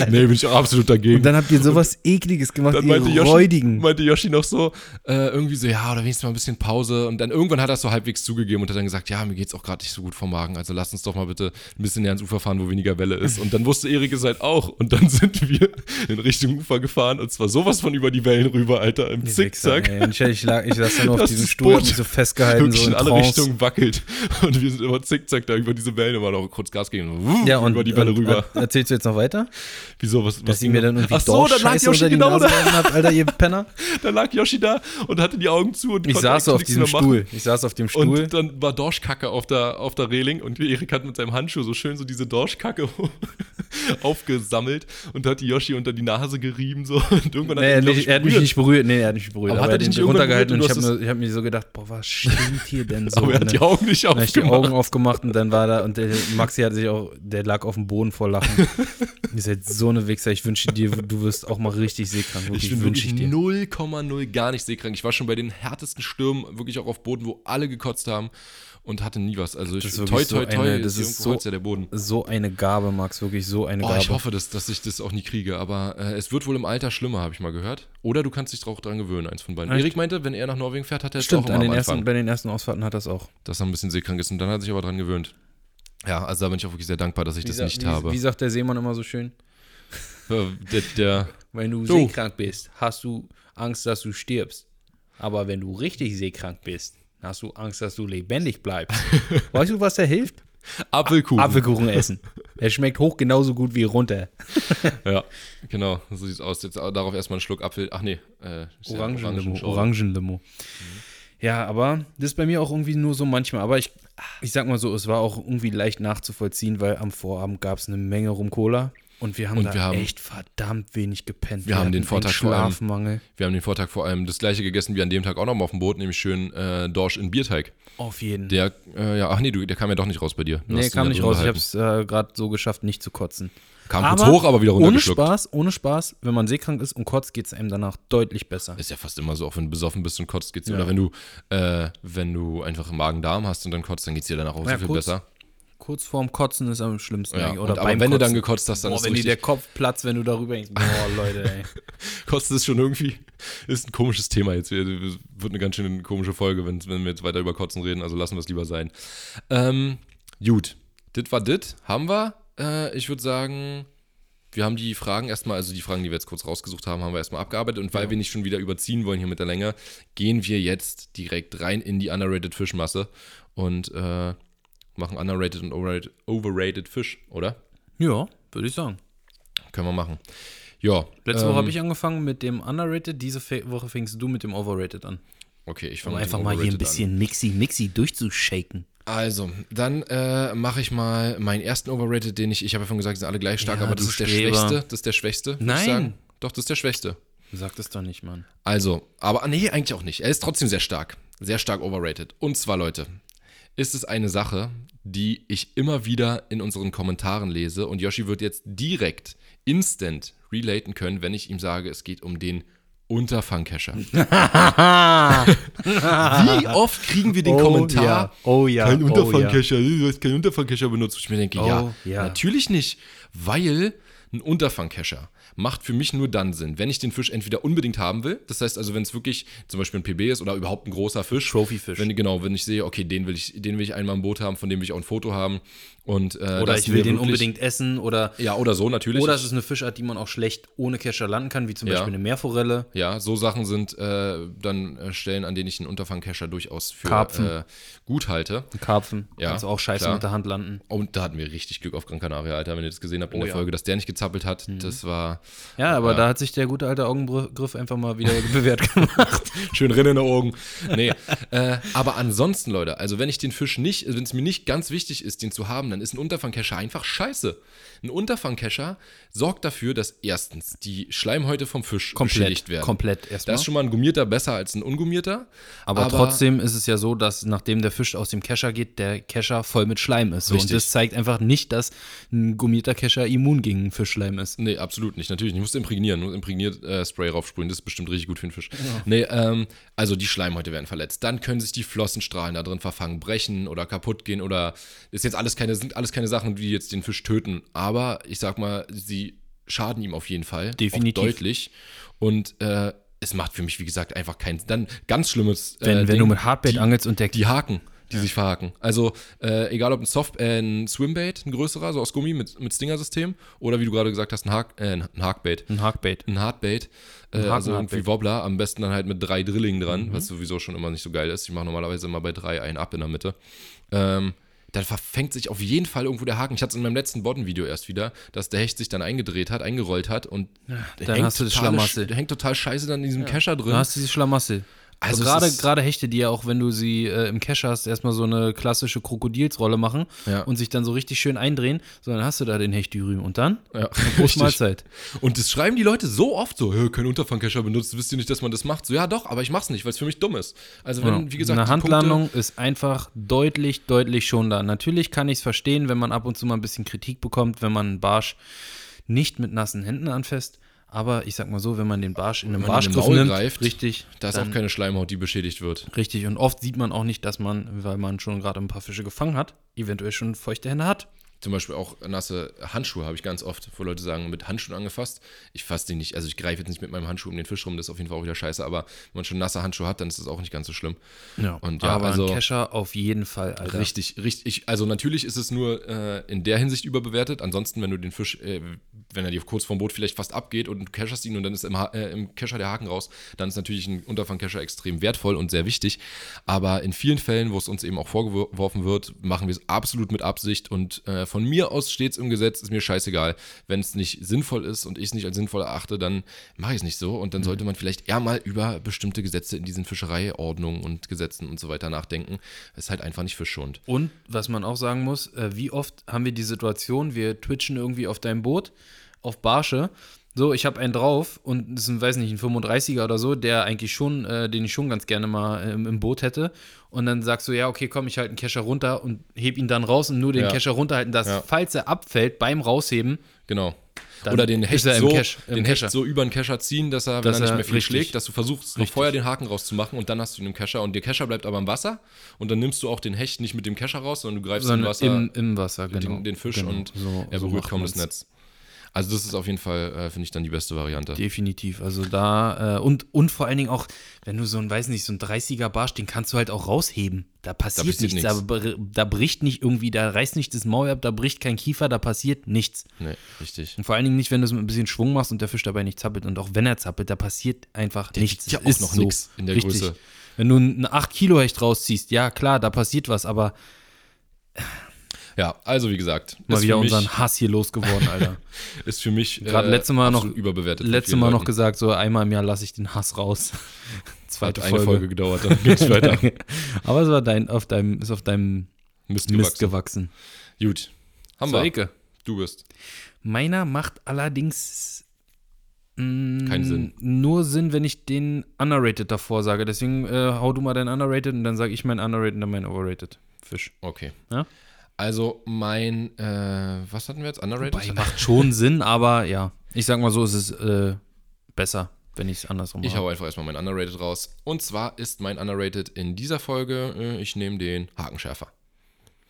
nee, bin ich auch absolut dagegen.
Und dann habt ihr sowas Ekliges gemacht,
Dann Äh, meinte
ihr
Yoshi,
Räudigen.
meinte Yoshi noch so, äh, irgendwie so, ja, oder wenigstens mal ein bisschen Pause. Und dann irgendwann hat er es so halbwegs zugegeben und hat dann gesagt, ja, mir geht's auch gerade nicht so gut vom Magen. Also lass uns doch mal bitte ein bisschen näher ans Ufer fahren, wo weniger Welle ist. Und dann wusste Erik es halt auch. Und dann sind wir in Richtung Ufer gefahren und zwar sowas von über die Wellen rüber, Alter, im Zickzack.
Wichser, ey. Ich, ich, lag, ich saß dann nur auf
Das
diesem
ist
Stuhl
Boot.
und so festgehalten,
Wirklich
so
in
in
alle
Trance.
Richtungen wackelt. Und wir sind immer zickzack da über diese Wellen immer noch kurz Gas geben. wuff,
Ja, und,
über die Welle
und,
rüber.
er- Erzählst du jetzt noch weiter?
Wieso? Was, was
Dass sie mir dann irgendwie
Ach so, dann lag
Dorfscheiße
Yoshi
unter die
genau
Nase
da.
gehalten hat, Alter, ihr Penner.
Da lag Yoshi da und hatte die Augen zu und
Ich
konnte
saß so
eigentlich
auf
nichts
diesem
mehr machen.
Stuhl. Ich saß auf dem Stuhl.
Und dann war Dorschkacke auf der, auf der Reling und Erik hat mit seinem Handschuh so schön so diese Dorschkacke aufgesammelt und hat die Yoshi unter die Nase gerieben so und irgendwann
Nee, er,
ihn, glaub
nicht,
ich,
er hat mich
berührt.
nicht berührt. Nee, er hat mich berührt.
Aber
Aber,
hat er
er hat
dich nicht
mich
irgendwann
runtergehalten und ich
berührt
habe
und du
mir, ich hab mir so gedacht, boah, was stimmt hier denn so?
aber er hat die
ne?
Augen nicht
Dann hab ich die Augen
aufgemacht.
aufgemacht und dann war da, und der Maxi hatte sich auch, der lag auf dem Boden vor Lachen. Ihr seid so eine Wichser. Ich wünsche dir, du wirst auch mal richtig seekrank.
Ich
Wirklich,
bin
wünsche
wirklich
ich dir.
0,0 gar nicht seekrank. Ich war schon bei den härtesten Stürmen, wirklich auch auf Boden, wo alle gekotzt haben und hatte nie was. Also ich
Das ist
toi,
wirklich
toi,
so
toi,
eine- das
hier
ist
irgendwo
so-
holzt ja der Boden.
So eine Gabe, Max, wirklich so eine
Oh,
Gabe.
ich hoffe, dass, dass ich das auch nie kriege, aber äh, es wird wohl im Alter schlimmer, habe ich mal gehört. Oder du kannst dich auch dran gewöhnen, eins von beiden.
Echt?
Erik meinte, wenn er nach Norwegen fährt, hat er jetzt auch
Stimmt,
immer
an den
am
ersten,
Anfang,
bei den ersten Ausfahrten hat das auch.
dass er ein bisschen seekrank ist und dann hat er sich aber dran gewöhnt. Ja, also da bin ich auch wirklich sehr dankbar, dass ich das
sa-
nicht
wie,
habe.
Wie sagt der Seemann immer so schön?
Äh, der, der,
Wenn du,
Du.
seekrank bist, hast du Angst, dass du stirbst. Aber wenn du richtig seekrank bist, hast du Angst, dass du lebendig bleibst. weißt du, was da hilft?
Apfelkuchen.
Apfelkuchen essen. Er schmeckt hoch genauso gut wie runter.
Ja, genau, so sieht's aus. Jetzt äh, darauf erstmal einen Schluck Apfel. Ach nee, äh, ist ja
Orangenlimo.
Orangenschorle.
Orangenlimo.
Mhm.
Ja, aber das ist bei mir auch irgendwie nur so manchmal. Aber ich, ich sag mal so, es war auch irgendwie leicht nachzuvollziehen, weil am Vorabend gab es eine Menge Rum-Cola und wir haben
Und
da
wir haben-
echt verdammt wenig gepennt.
Wir haben den
hatten
Vortag vor allem-
Schlafmangel.
Wir haben den Vortag vor allem das gleiche gegessen wie an dem Tag auch nochmal auf dem Boot, nämlich schön äh, Dorsch in Bierteig.
Auf jeden
Der, äh, ja, ach nee, du, der kam ja doch nicht raus bei dir. Du
Nee,
hast ihn
kam
ja
nicht
drin
raus. Ich
behalten.
hab's äh, gerade so geschafft, nicht zu kotzen.
Kam kurz hoch, aber wieder
ohne
runtergeschluckt.
Spaß, ohne Spaß, wenn man seekrank ist und kotzt, geht's einem danach deutlich besser.
Ist ja fast immer so, auch wenn du besoffen bist und kotzt, geht's dir. Oder wenn du, äh, wenn du einfach Magen-Darm hast und dann kotzt, dann geht's dir danach auch
Ja,
so viel
kurz-
besser.
Kurz vorm Kotzen ist am schlimmsten.
Ja,
eigentlich.
und,
Oder
aber
beim
wenn du dann
Kotzen.
gekotzt hast, dann
Boah,
ist
wenn dir
richtig,
der Kopf platzt, wenn du darüber denkst. Boah, Leute, ey.
kotzt ist schon irgendwie, ist ein komisches Thema jetzt. Wir- Wird eine ganz schön komische Folge, wenn, wenn wir jetzt weiter über Kotzen reden, also lassen wir es lieber sein. Ähm, gut, dit war dit, haben wir. Äh, ich würde sagen, wir haben die Fragen erstmal, also die Fragen, die wir jetzt kurz rausgesucht haben, haben wir erstmal abgearbeitet. Und weil wir nicht schon wieder überziehen wollen hier mit der Länge, gehen wir jetzt direkt rein in die Underrated Fischmasse und äh, Machen underrated und overrated, overrated Fisch, oder?
Ja, würde ich sagen.
Können wir machen. Ja.
Letzte
ähm,
Woche habe ich angefangen mit dem Underrated, diese Fe- Woche fängst du mit dem Overrated an.
Okay, ich
Um
fange
einfach mal hier ein bisschen mixy, mixy durchzushaken.
Also, dann äh, mache ich mal meinen ersten Overrated, den ich, ich habe ja vorhin gesagt, die sind alle gleich stark,
Ja,
aber das
du
ist der
Streber.
schwächste. Das ist der schwächste. würd ich
Nein.
sagen. Doch, das ist der schwächste.
Sag das doch nicht, Mann.
Also, aber nee, eigentlich auch nicht. Er ist trotzdem sehr stark. Sehr stark overrated. Und zwar, Leute, ist es eine Sache, die ich immer wieder in unseren Kommentaren lese und Yoshi wird jetzt direkt, instant relaten können, wenn ich ihm sage, es geht um den Unterfangkescher. Wie oft kriegen wir den
Oh
Kommentar?
ja, oh ja,
Kein
oh
Unterfangkescher, du hast keinen Unterfangkescher benutzt. Wo Ich mir denke, ja,
ja.
natürlich nicht, weil ein Unterfangkescher macht für mich nur dann Sinn, wenn ich den Fisch entweder unbedingt haben will, das heißt also, wenn es wirklich zum Beispiel ein PB ist oder überhaupt ein großer Fisch,
Trophyfisch.
wenn genau, wenn ich sehe, okay, den will ich, den will ich einmal im Boot haben, von dem will ich auch ein Foto haben und äh,
Oder
das
ich will
mir
den
wirklich-
unbedingt essen oder,
ja oder so natürlich,
oder es ist eine Fischart, die man auch schlecht ohne Kescher landen kann, wie zum
Ja.
Beispiel eine Meerforelle.
Ja, so Sachen sind äh, dann äh, Stellen, an denen ich einen Unterfangkescher durchaus für
Karpfen.
Äh, gut halte.
Ein Karpfen.
Ja,
Kannst du auch scheiße
klar.
mit der Hand landen.
Und da hatten wir richtig Glück auf Gran Canaria, Alter, wenn ihr das gesehen habt in der
Oh ja. Mhm.
Folge, dass der nicht gezappelt hat. Das war
Ja, aber da hat sich der gute alte Augengriff einfach mal wieder bewährt gemacht.
schön Rinne in den Augen. Nee. äh, aber ansonsten, Leute, also wenn ich den Fisch nicht, wenn es mir nicht ganz wichtig ist, den zu haben, dann ist ein Unterfangkescher einfach scheiße. Ein Unterfangkescher sorgt dafür, dass erstens die Schleimhäute vom Fisch beschädigt werden.
komplett
Da
erstmal.
ist schon mal ein gummierter besser als ein ungummierter.
aber, trotzdem ist es ja so, dass nachdem der Fisch aus dem Kescher geht, der Kescher voll mit Schleim ist. So. Und
Richtig.
das zeigt einfach nicht, dass ein gummierter Kescher immun gegen Fischschleim ist.
Nee, absolut nicht. Natürlich nicht. Musst du imprägnieren. Musst imprägniert äh, Spray raufsprühen. Das ist bestimmt richtig gut für den Fisch. Nee, ähm, also die Schleimhäute werden verletzt. Dann können sich die Flossenstrahlen da drin verfangen, brechen oder kaputt gehen oder ist jetzt alles keine, sind alles keine Sachen, die jetzt den Fisch töten. Aber ich sag mal, sie schaden ihm auf jeden Fall.
Definitiv.
Auch deutlich. Und äh, es macht für mich, wie gesagt, einfach keinen Dann ganz schlimmes. äh,
Wenn, wenn
Ding,
du mit Hardbait
die-
angelst und der
die Haken, die sich verhaken. Also äh, egal ob ein Soft, äh, ein Swimbait, ein größerer, so aus Gummi mit, mit Stinger-System, oder wie du gerade gesagt hast, ein, Hak, äh, ein Hakbait,
ein Hackbait.
ein Hardbait, äh,
Haken-
also irgendwie
Hardbait.
Wobbler, am besten dann halt mit drei Drillingen
Mhm.
dran, was sowieso schon immer nicht so geil ist. Ich mache normalerweise immer bei drei einen ab in der Mitte. Ähm, dann verfängt sich auf jeden Fall irgendwo der Haken. Ich hatte es in meinem letzten Bodden-Video erst wieder, dass der Hecht sich dann eingedreht hat, eingerollt hat und der
dann hast du das
totale
Schlamassel.
Sch- der hängt total scheiße dann in diesem Kescher drin.
Da hast du diese Schlamassel.
Also
Also
es
gerade
ist-
gerade Hechte, die ja auch, wenn du sie äh, im Cache hast, erstmal so eine klassische Krokodilsrolle machen
Ja.
und sich dann so richtig schön eindrehen, sondern hast du da den Hechtdürüm und dann
ja,
Prost
richtig.
Mahlzeit.
Und das schreiben die Leute so oft so, "Hö, kein Unterfangkescher benutzt, wisst ihr nicht, dass man das macht? So, ja doch, aber ich mach's nicht, weil es für mich dumm ist. Also wenn,
Ja.
wie gesagt,
Genau. eine
die
Handlandung ist einfach deutlich, deutlich schon da. Natürlich kann ich es verstehen, wenn man ab und zu mal ein bisschen Kritik bekommt, wenn man einen Barsch nicht mit nassen Händen anfasst. Aber ich sag mal so, wenn man den Barsch in
man
einem
in den
Barschgriff
Maul
nimmt,
greift,
richtig,
Punkte, da ist auch keine Schleimhaut, die beschädigt wird.
richtig. Und oft sieht man auch nicht, dass man, weil man schon gerade ein paar Fische gefangen hat, eventuell schon feuchte Hände hat.
Zum Beispiel auch nasse Handschuhe habe ich ganz oft, wo Leute sagen, mit Handschuhen angefasst. Ich fasse die nicht, also ich greife jetzt nicht mit meinem Handschuh um den Fisch rum, das ist auf jeden Fall auch wieder scheiße, aber wenn man schon nasse Handschuhe hat, dann ist das auch nicht ganz so schlimm.
Ja,
Und ja,
aber
also-
ein Kescher auf jeden Fall, Alter.
Richtig, richtig. Ich, also natürlich ist es nur äh, in der Hinsicht überbewertet. Ansonsten, wenn du den Fisch, äh, wenn er dir kurz vom Boot vielleicht fast abgeht und du casherst ihn und dann ist im, ha äh, im Kescher der Haken raus, dann ist natürlich ein Unterfangkescher extrem wertvoll und sehr wichtig. Aber in vielen Fällen, wo es uns eben auch vorgeworfen wird, machen wir es absolut mit Absicht und äh, von mir aus steht es im Gesetz, ist mir scheißegal. Wenn es nicht sinnvoll ist und ich es nicht als sinnvoll erachte, dann mache ich es nicht so und dann sollte man vielleicht eher mal über bestimmte Gesetze in diesen Fischereiordnungen und Gesetzen und so weiter nachdenken. Es ist halt einfach nicht fischschonend.
Und was man auch sagen muss, äh, wie oft haben wir die Situation, wir twitchen irgendwie auf deinem Boot, auf Barsche. So, ich habe einen drauf und das ist ein, weiß nicht, ein 35er oder so, der eigentlich schon, äh, den ich schon ganz gerne mal ähm, im Boot hätte. Und dann sagst du, ja, okay, komm, ich halte einen Kescher runter und heb ihn dann raus und nur den
Ja.
Kescher runterhalten, dass,
Ja.
falls er abfällt, beim Rausheben,
Genau.
Dann
Oder den
ist
Hecht,
er im
so,
Cache- im
den Hecht
Cacher.
so über den Kescher ziehen, dass er, wenn
Dass
er nicht
er-
mehr viel
richtig.
schlägt, dass du versuchst, noch
Richtig.
vorher den Haken rauszumachen und dann hast du ihn im Kescher und der Kescher bleibt aber im Wasser und dann nimmst du auch den Hecht nicht mit dem Kescher raus, sondern du greifst im
sondern
Wasser
im, im Wasser, genau.
den, den Fisch
genau.
und
So-
er
so
berührt
macht
kaum das
man's.
Netz. Also das ist auf jeden Fall, äh, finde ich, dann die beste Variante.
Definitiv. Also da, äh, und, und vor allen Dingen auch, wenn du so ein, weiß nicht, so ein 30er Barsch, den kannst du halt auch rausheben. Da passiert
passiert
nichts. Da,
nichts.
br- da bricht nicht irgendwie, da reißt nicht das Maul ab, da bricht kein Kiefer, da passiert nichts.
nee, richtig.
Und vor allen Dingen nicht, wenn du es mit ein bisschen Schwung machst und der Fisch dabei nicht zappelt. Und auch wenn er zappelt, da passiert einfach nichts.
wiegt ja
Es
auch
ist
noch nix in der Größe.
Wenn du einen 8 Kilo Hecht rausziehst, ja klar, da passiert was, aber
Ja, also wie gesagt,
Mal
ist
wieder
für mich,
unseren Hass hier losgeworden, Alter.
ist für mich äh,
Gerade letzte Mal noch-
absolut überbewertet. von
Letztes
vielen
Mal
Leuten.
noch gesagt, so einmal im Jahr lasse ich den Hass raus. Zweite
Hat eine
Folge.
Folge gedauert, dann geht's weiter.
Aber es war dein, auf deinem, ist auf deinem
Mist
Mist
gewachsen.
gewachsen.
Gut, haben
So,
wir.
Ecke.
Du bist.
Meiner macht allerdings mm,
Keinen Sinn.
Nur Sinn, wenn ich den Underrated davor sage. Deswegen äh, hau du mal deinen Underrated und dann sage ich meinen Underrated und dann meinen Overrated. Fisch.
Okay.
Ja?
Also mein, äh, was hatten wir jetzt? Underrated?
Wobei, macht schon Sinn, aber ja. Ich sag mal so, es ist äh, besser, wenn ich es andersrum
Ich
mache.
hau einfach erstmal mein Underrated raus. Und zwar ist mein Underrated in dieser Folge, äh, ich nehme den Hakenschärfer.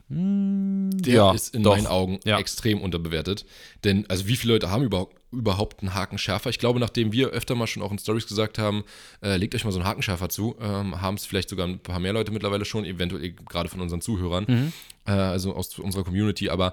Der
ja,
ist in
doch.
meinen Augen
Ja.
extrem unterbewertet. Denn, also wie viele Leute haben überhaupt, überhaupt einen Hakenschärfer? Ich glaube, nachdem wir öfter mal schon auch in Stories gesagt haben, äh, legt euch mal so einen Hakenschärfer zu, ähm, haben es vielleicht sogar ein paar mehr Leute mittlerweile schon, eventuell eh gerade von unseren Zuhörern, äh, also aus unserer Community. Aber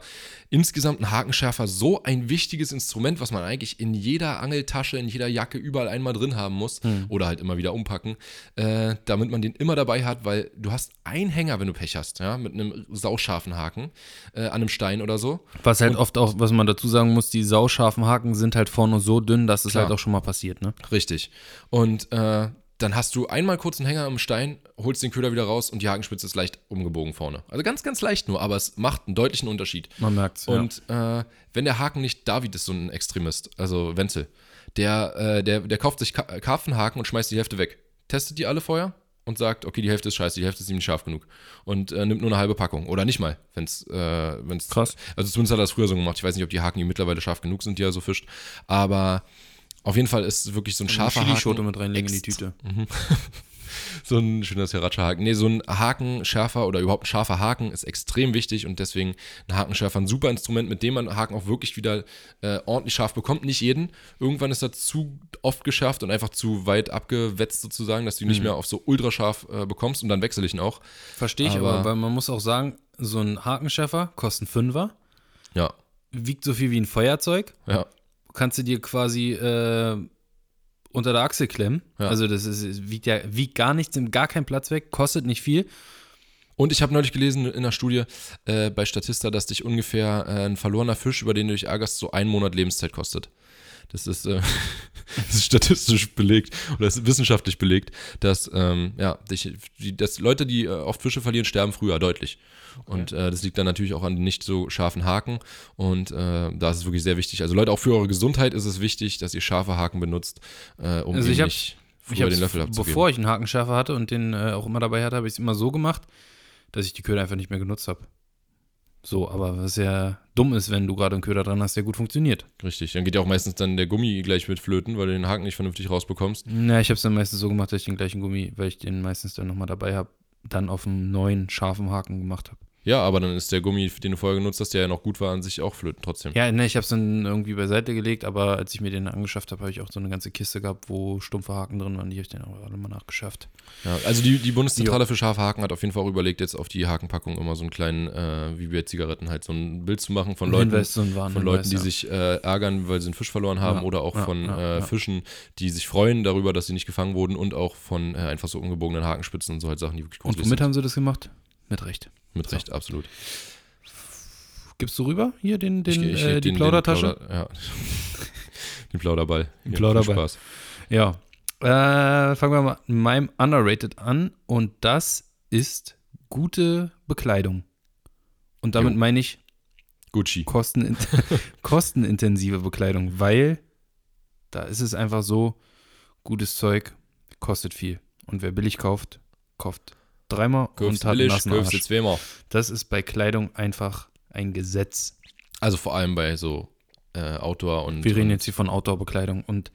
insgesamt ein Hakenschärfer so ein wichtiges Instrument, was man eigentlich in jeder Angeltasche, in jeder Jacke überall einmal drin haben muss oder halt immer wieder umpacken, äh, damit man den immer dabei hat, weil du hast einen Hänger, wenn du Pech hast, ja, mit einem sauscharfen Haken äh, an einem Stein oder so.
Was halt oft auch, was man dazu sagen muss, die sauscharfen Haken sind halt vorne so dünn, dass es
Klar.
halt auch schon mal passiert, ne?
Richtig. Und äh, dann hast du einmal kurz einen Hänger am Stein, holst den Köder wieder raus und die Hakenspitze ist leicht umgebogen vorne. Also ganz, ganz leicht nur, aber es macht einen deutlichen Unterschied.
Man merkt's. Und
Und äh, wenn der Haken nicht, David ist so ein Extremist, also Wenzel, der, äh, der, der kauft sich Ka Karpfenhaken und schmeißt die Hälfte weg. Testet die alle vorher und sagt, okay, die Hälfte ist scheiße, die Hälfte ist ihm nicht scharf genug. Und äh, nimmt nur eine halbe Packung. Oder nicht mal, wenn es. Äh, wenn's-
Krass.
Also zumindest hat er das früher so gemacht. Ich weiß nicht, ob die Haken ihm mittlerweile scharf genug sind, die er so fischt. Aber auf jeden Fall ist wirklich so ein
ja.
scharfer
Chilischote
Haken.
mit reinlegen in die
ext-
Tüte.
So ein schöner Sriracha-Haken. Nee, so ein Haken, schärfer oder überhaupt ein scharfer Haken ist extrem wichtig und deswegen ein Hakenschärfer ein super Instrument, mit dem man Haken auch wirklich wieder äh, ordentlich scharf bekommt. Nicht jeden. Irgendwann ist er zu oft geschärft und einfach zu weit abgewetzt sozusagen, dass du ihn nicht mehr auf so ultrascharf äh, bekommst und dann wechsle ich ihn auch.
Verstehe ich, aber,
Aber-
weil man muss auch sagen, so ein Hakenschärfer kostet einen Fünfer,
Ja,
wiegt so viel wie ein Feuerzeug,
ja.
kannst du dir quasi äh, unter der Achse klemmen.
Ja.
Also das ist, es wiegt ja wiegt gar nichts, nimmt gar keinen Platz weg, kostet nicht viel.
Und ich habe neulich gelesen in einer Studie äh, bei Statista, dass dich ungefähr äh, ein verlorener Fisch, über den du dich ärgerst, so einen Monat Lebenszeit kostet. Das ist, äh, das ist statistisch belegt oder ist wissenschaftlich belegt, dass, ähm, ja, dich, die, dass Leute, die äh, oft Fische verlieren, sterben früher deutlich. Und äh, das liegt dann natürlich auch an den nicht so scharfen Haken. Und äh, da ist es wirklich sehr wichtig. Also Leute, auch für eure Gesundheit ist es wichtig, dass ihr scharfe Haken benutzt, äh, um
Also
also
ich hab-
nicht
Ich
früher
hab's-
den Löffel abzugeben.
Bevor ich einen Hakenschärfer hatte und den äh, auch immer dabei hatte, habe ich es immer so gemacht, dass ich die Köder einfach nicht mehr genutzt habe. So, aber was ja dumm ist, wenn du gerade einen Köder dran hast, der gut funktioniert.
Richtig, dann geht ja auch meistens dann der Gummi gleich mit flöten, weil du den Haken nicht vernünftig rausbekommst.
Na, ich habe es dann meistens so gemacht, dass ich den gleichen Gummi, weil ich den meistens dann nochmal dabei habe, dann auf einen neuen, scharfen Haken gemacht habe.
Ja, aber dann ist der Gummi, den du vorher genutzt hast, der ja noch gut war, an sich auch flöten trotzdem.
Ja, ne, ich habe es dann irgendwie beiseite gelegt, aber als ich mir den angeschafft habe, habe ich auch so eine ganze Kiste gehabt, wo stumpfe Haken drin waren. Die habe ich dann auch alle mal nachgeschafft.
Ja, also die, die Bundeszentrale für scharfe Haken hat auf jeden Fall auch überlegt, jetzt auf die Hakenpackung immer so einen kleinen, äh, wie bei Zigaretten halt, so ein Bild zu machen von Leuten,
Hinweis, so ein
von Leuten, die sich äh, ärgern, weil sie einen Fisch verloren haben,
Ja,
oder auch
ja,
von
ja,
äh,
ja.
Fischen, die sich freuen darüber, dass sie nicht gefangen wurden und auch von äh, einfach so umgebogenen Hakenspitzen und so halt Sachen, die wirklich
Und
gruselig
womit
sind.
haben sie das gemacht? Mit Recht.
Mit Recht, absolut.
Gibst du rüber hier den, den,
Ich- ich-
äh, die Plaudertasche?
Den Plauder, ja. den Plauderball. Den
Plauderball.
Spaß.
Ja. Äh, fangen wir mal mit meinem Underrated an und das ist gute Bekleidung. Und damit
Jo.
meine ich
Gucci.
kostenin kostenintensive Bekleidung, weil da ist es einfach so, gutes Zeug kostet viel. Und wer billig kauft, kauft dreimal
Kaufst
und hat einen
billig,
nassen
kaufst du
Arsch.
zweimal.
Das ist bei Kleidung einfach ein Gesetz.
Also vor allem bei so äh, Outdoor und.
Wir reden jetzt hier von Outdoor-Bekleidung. Und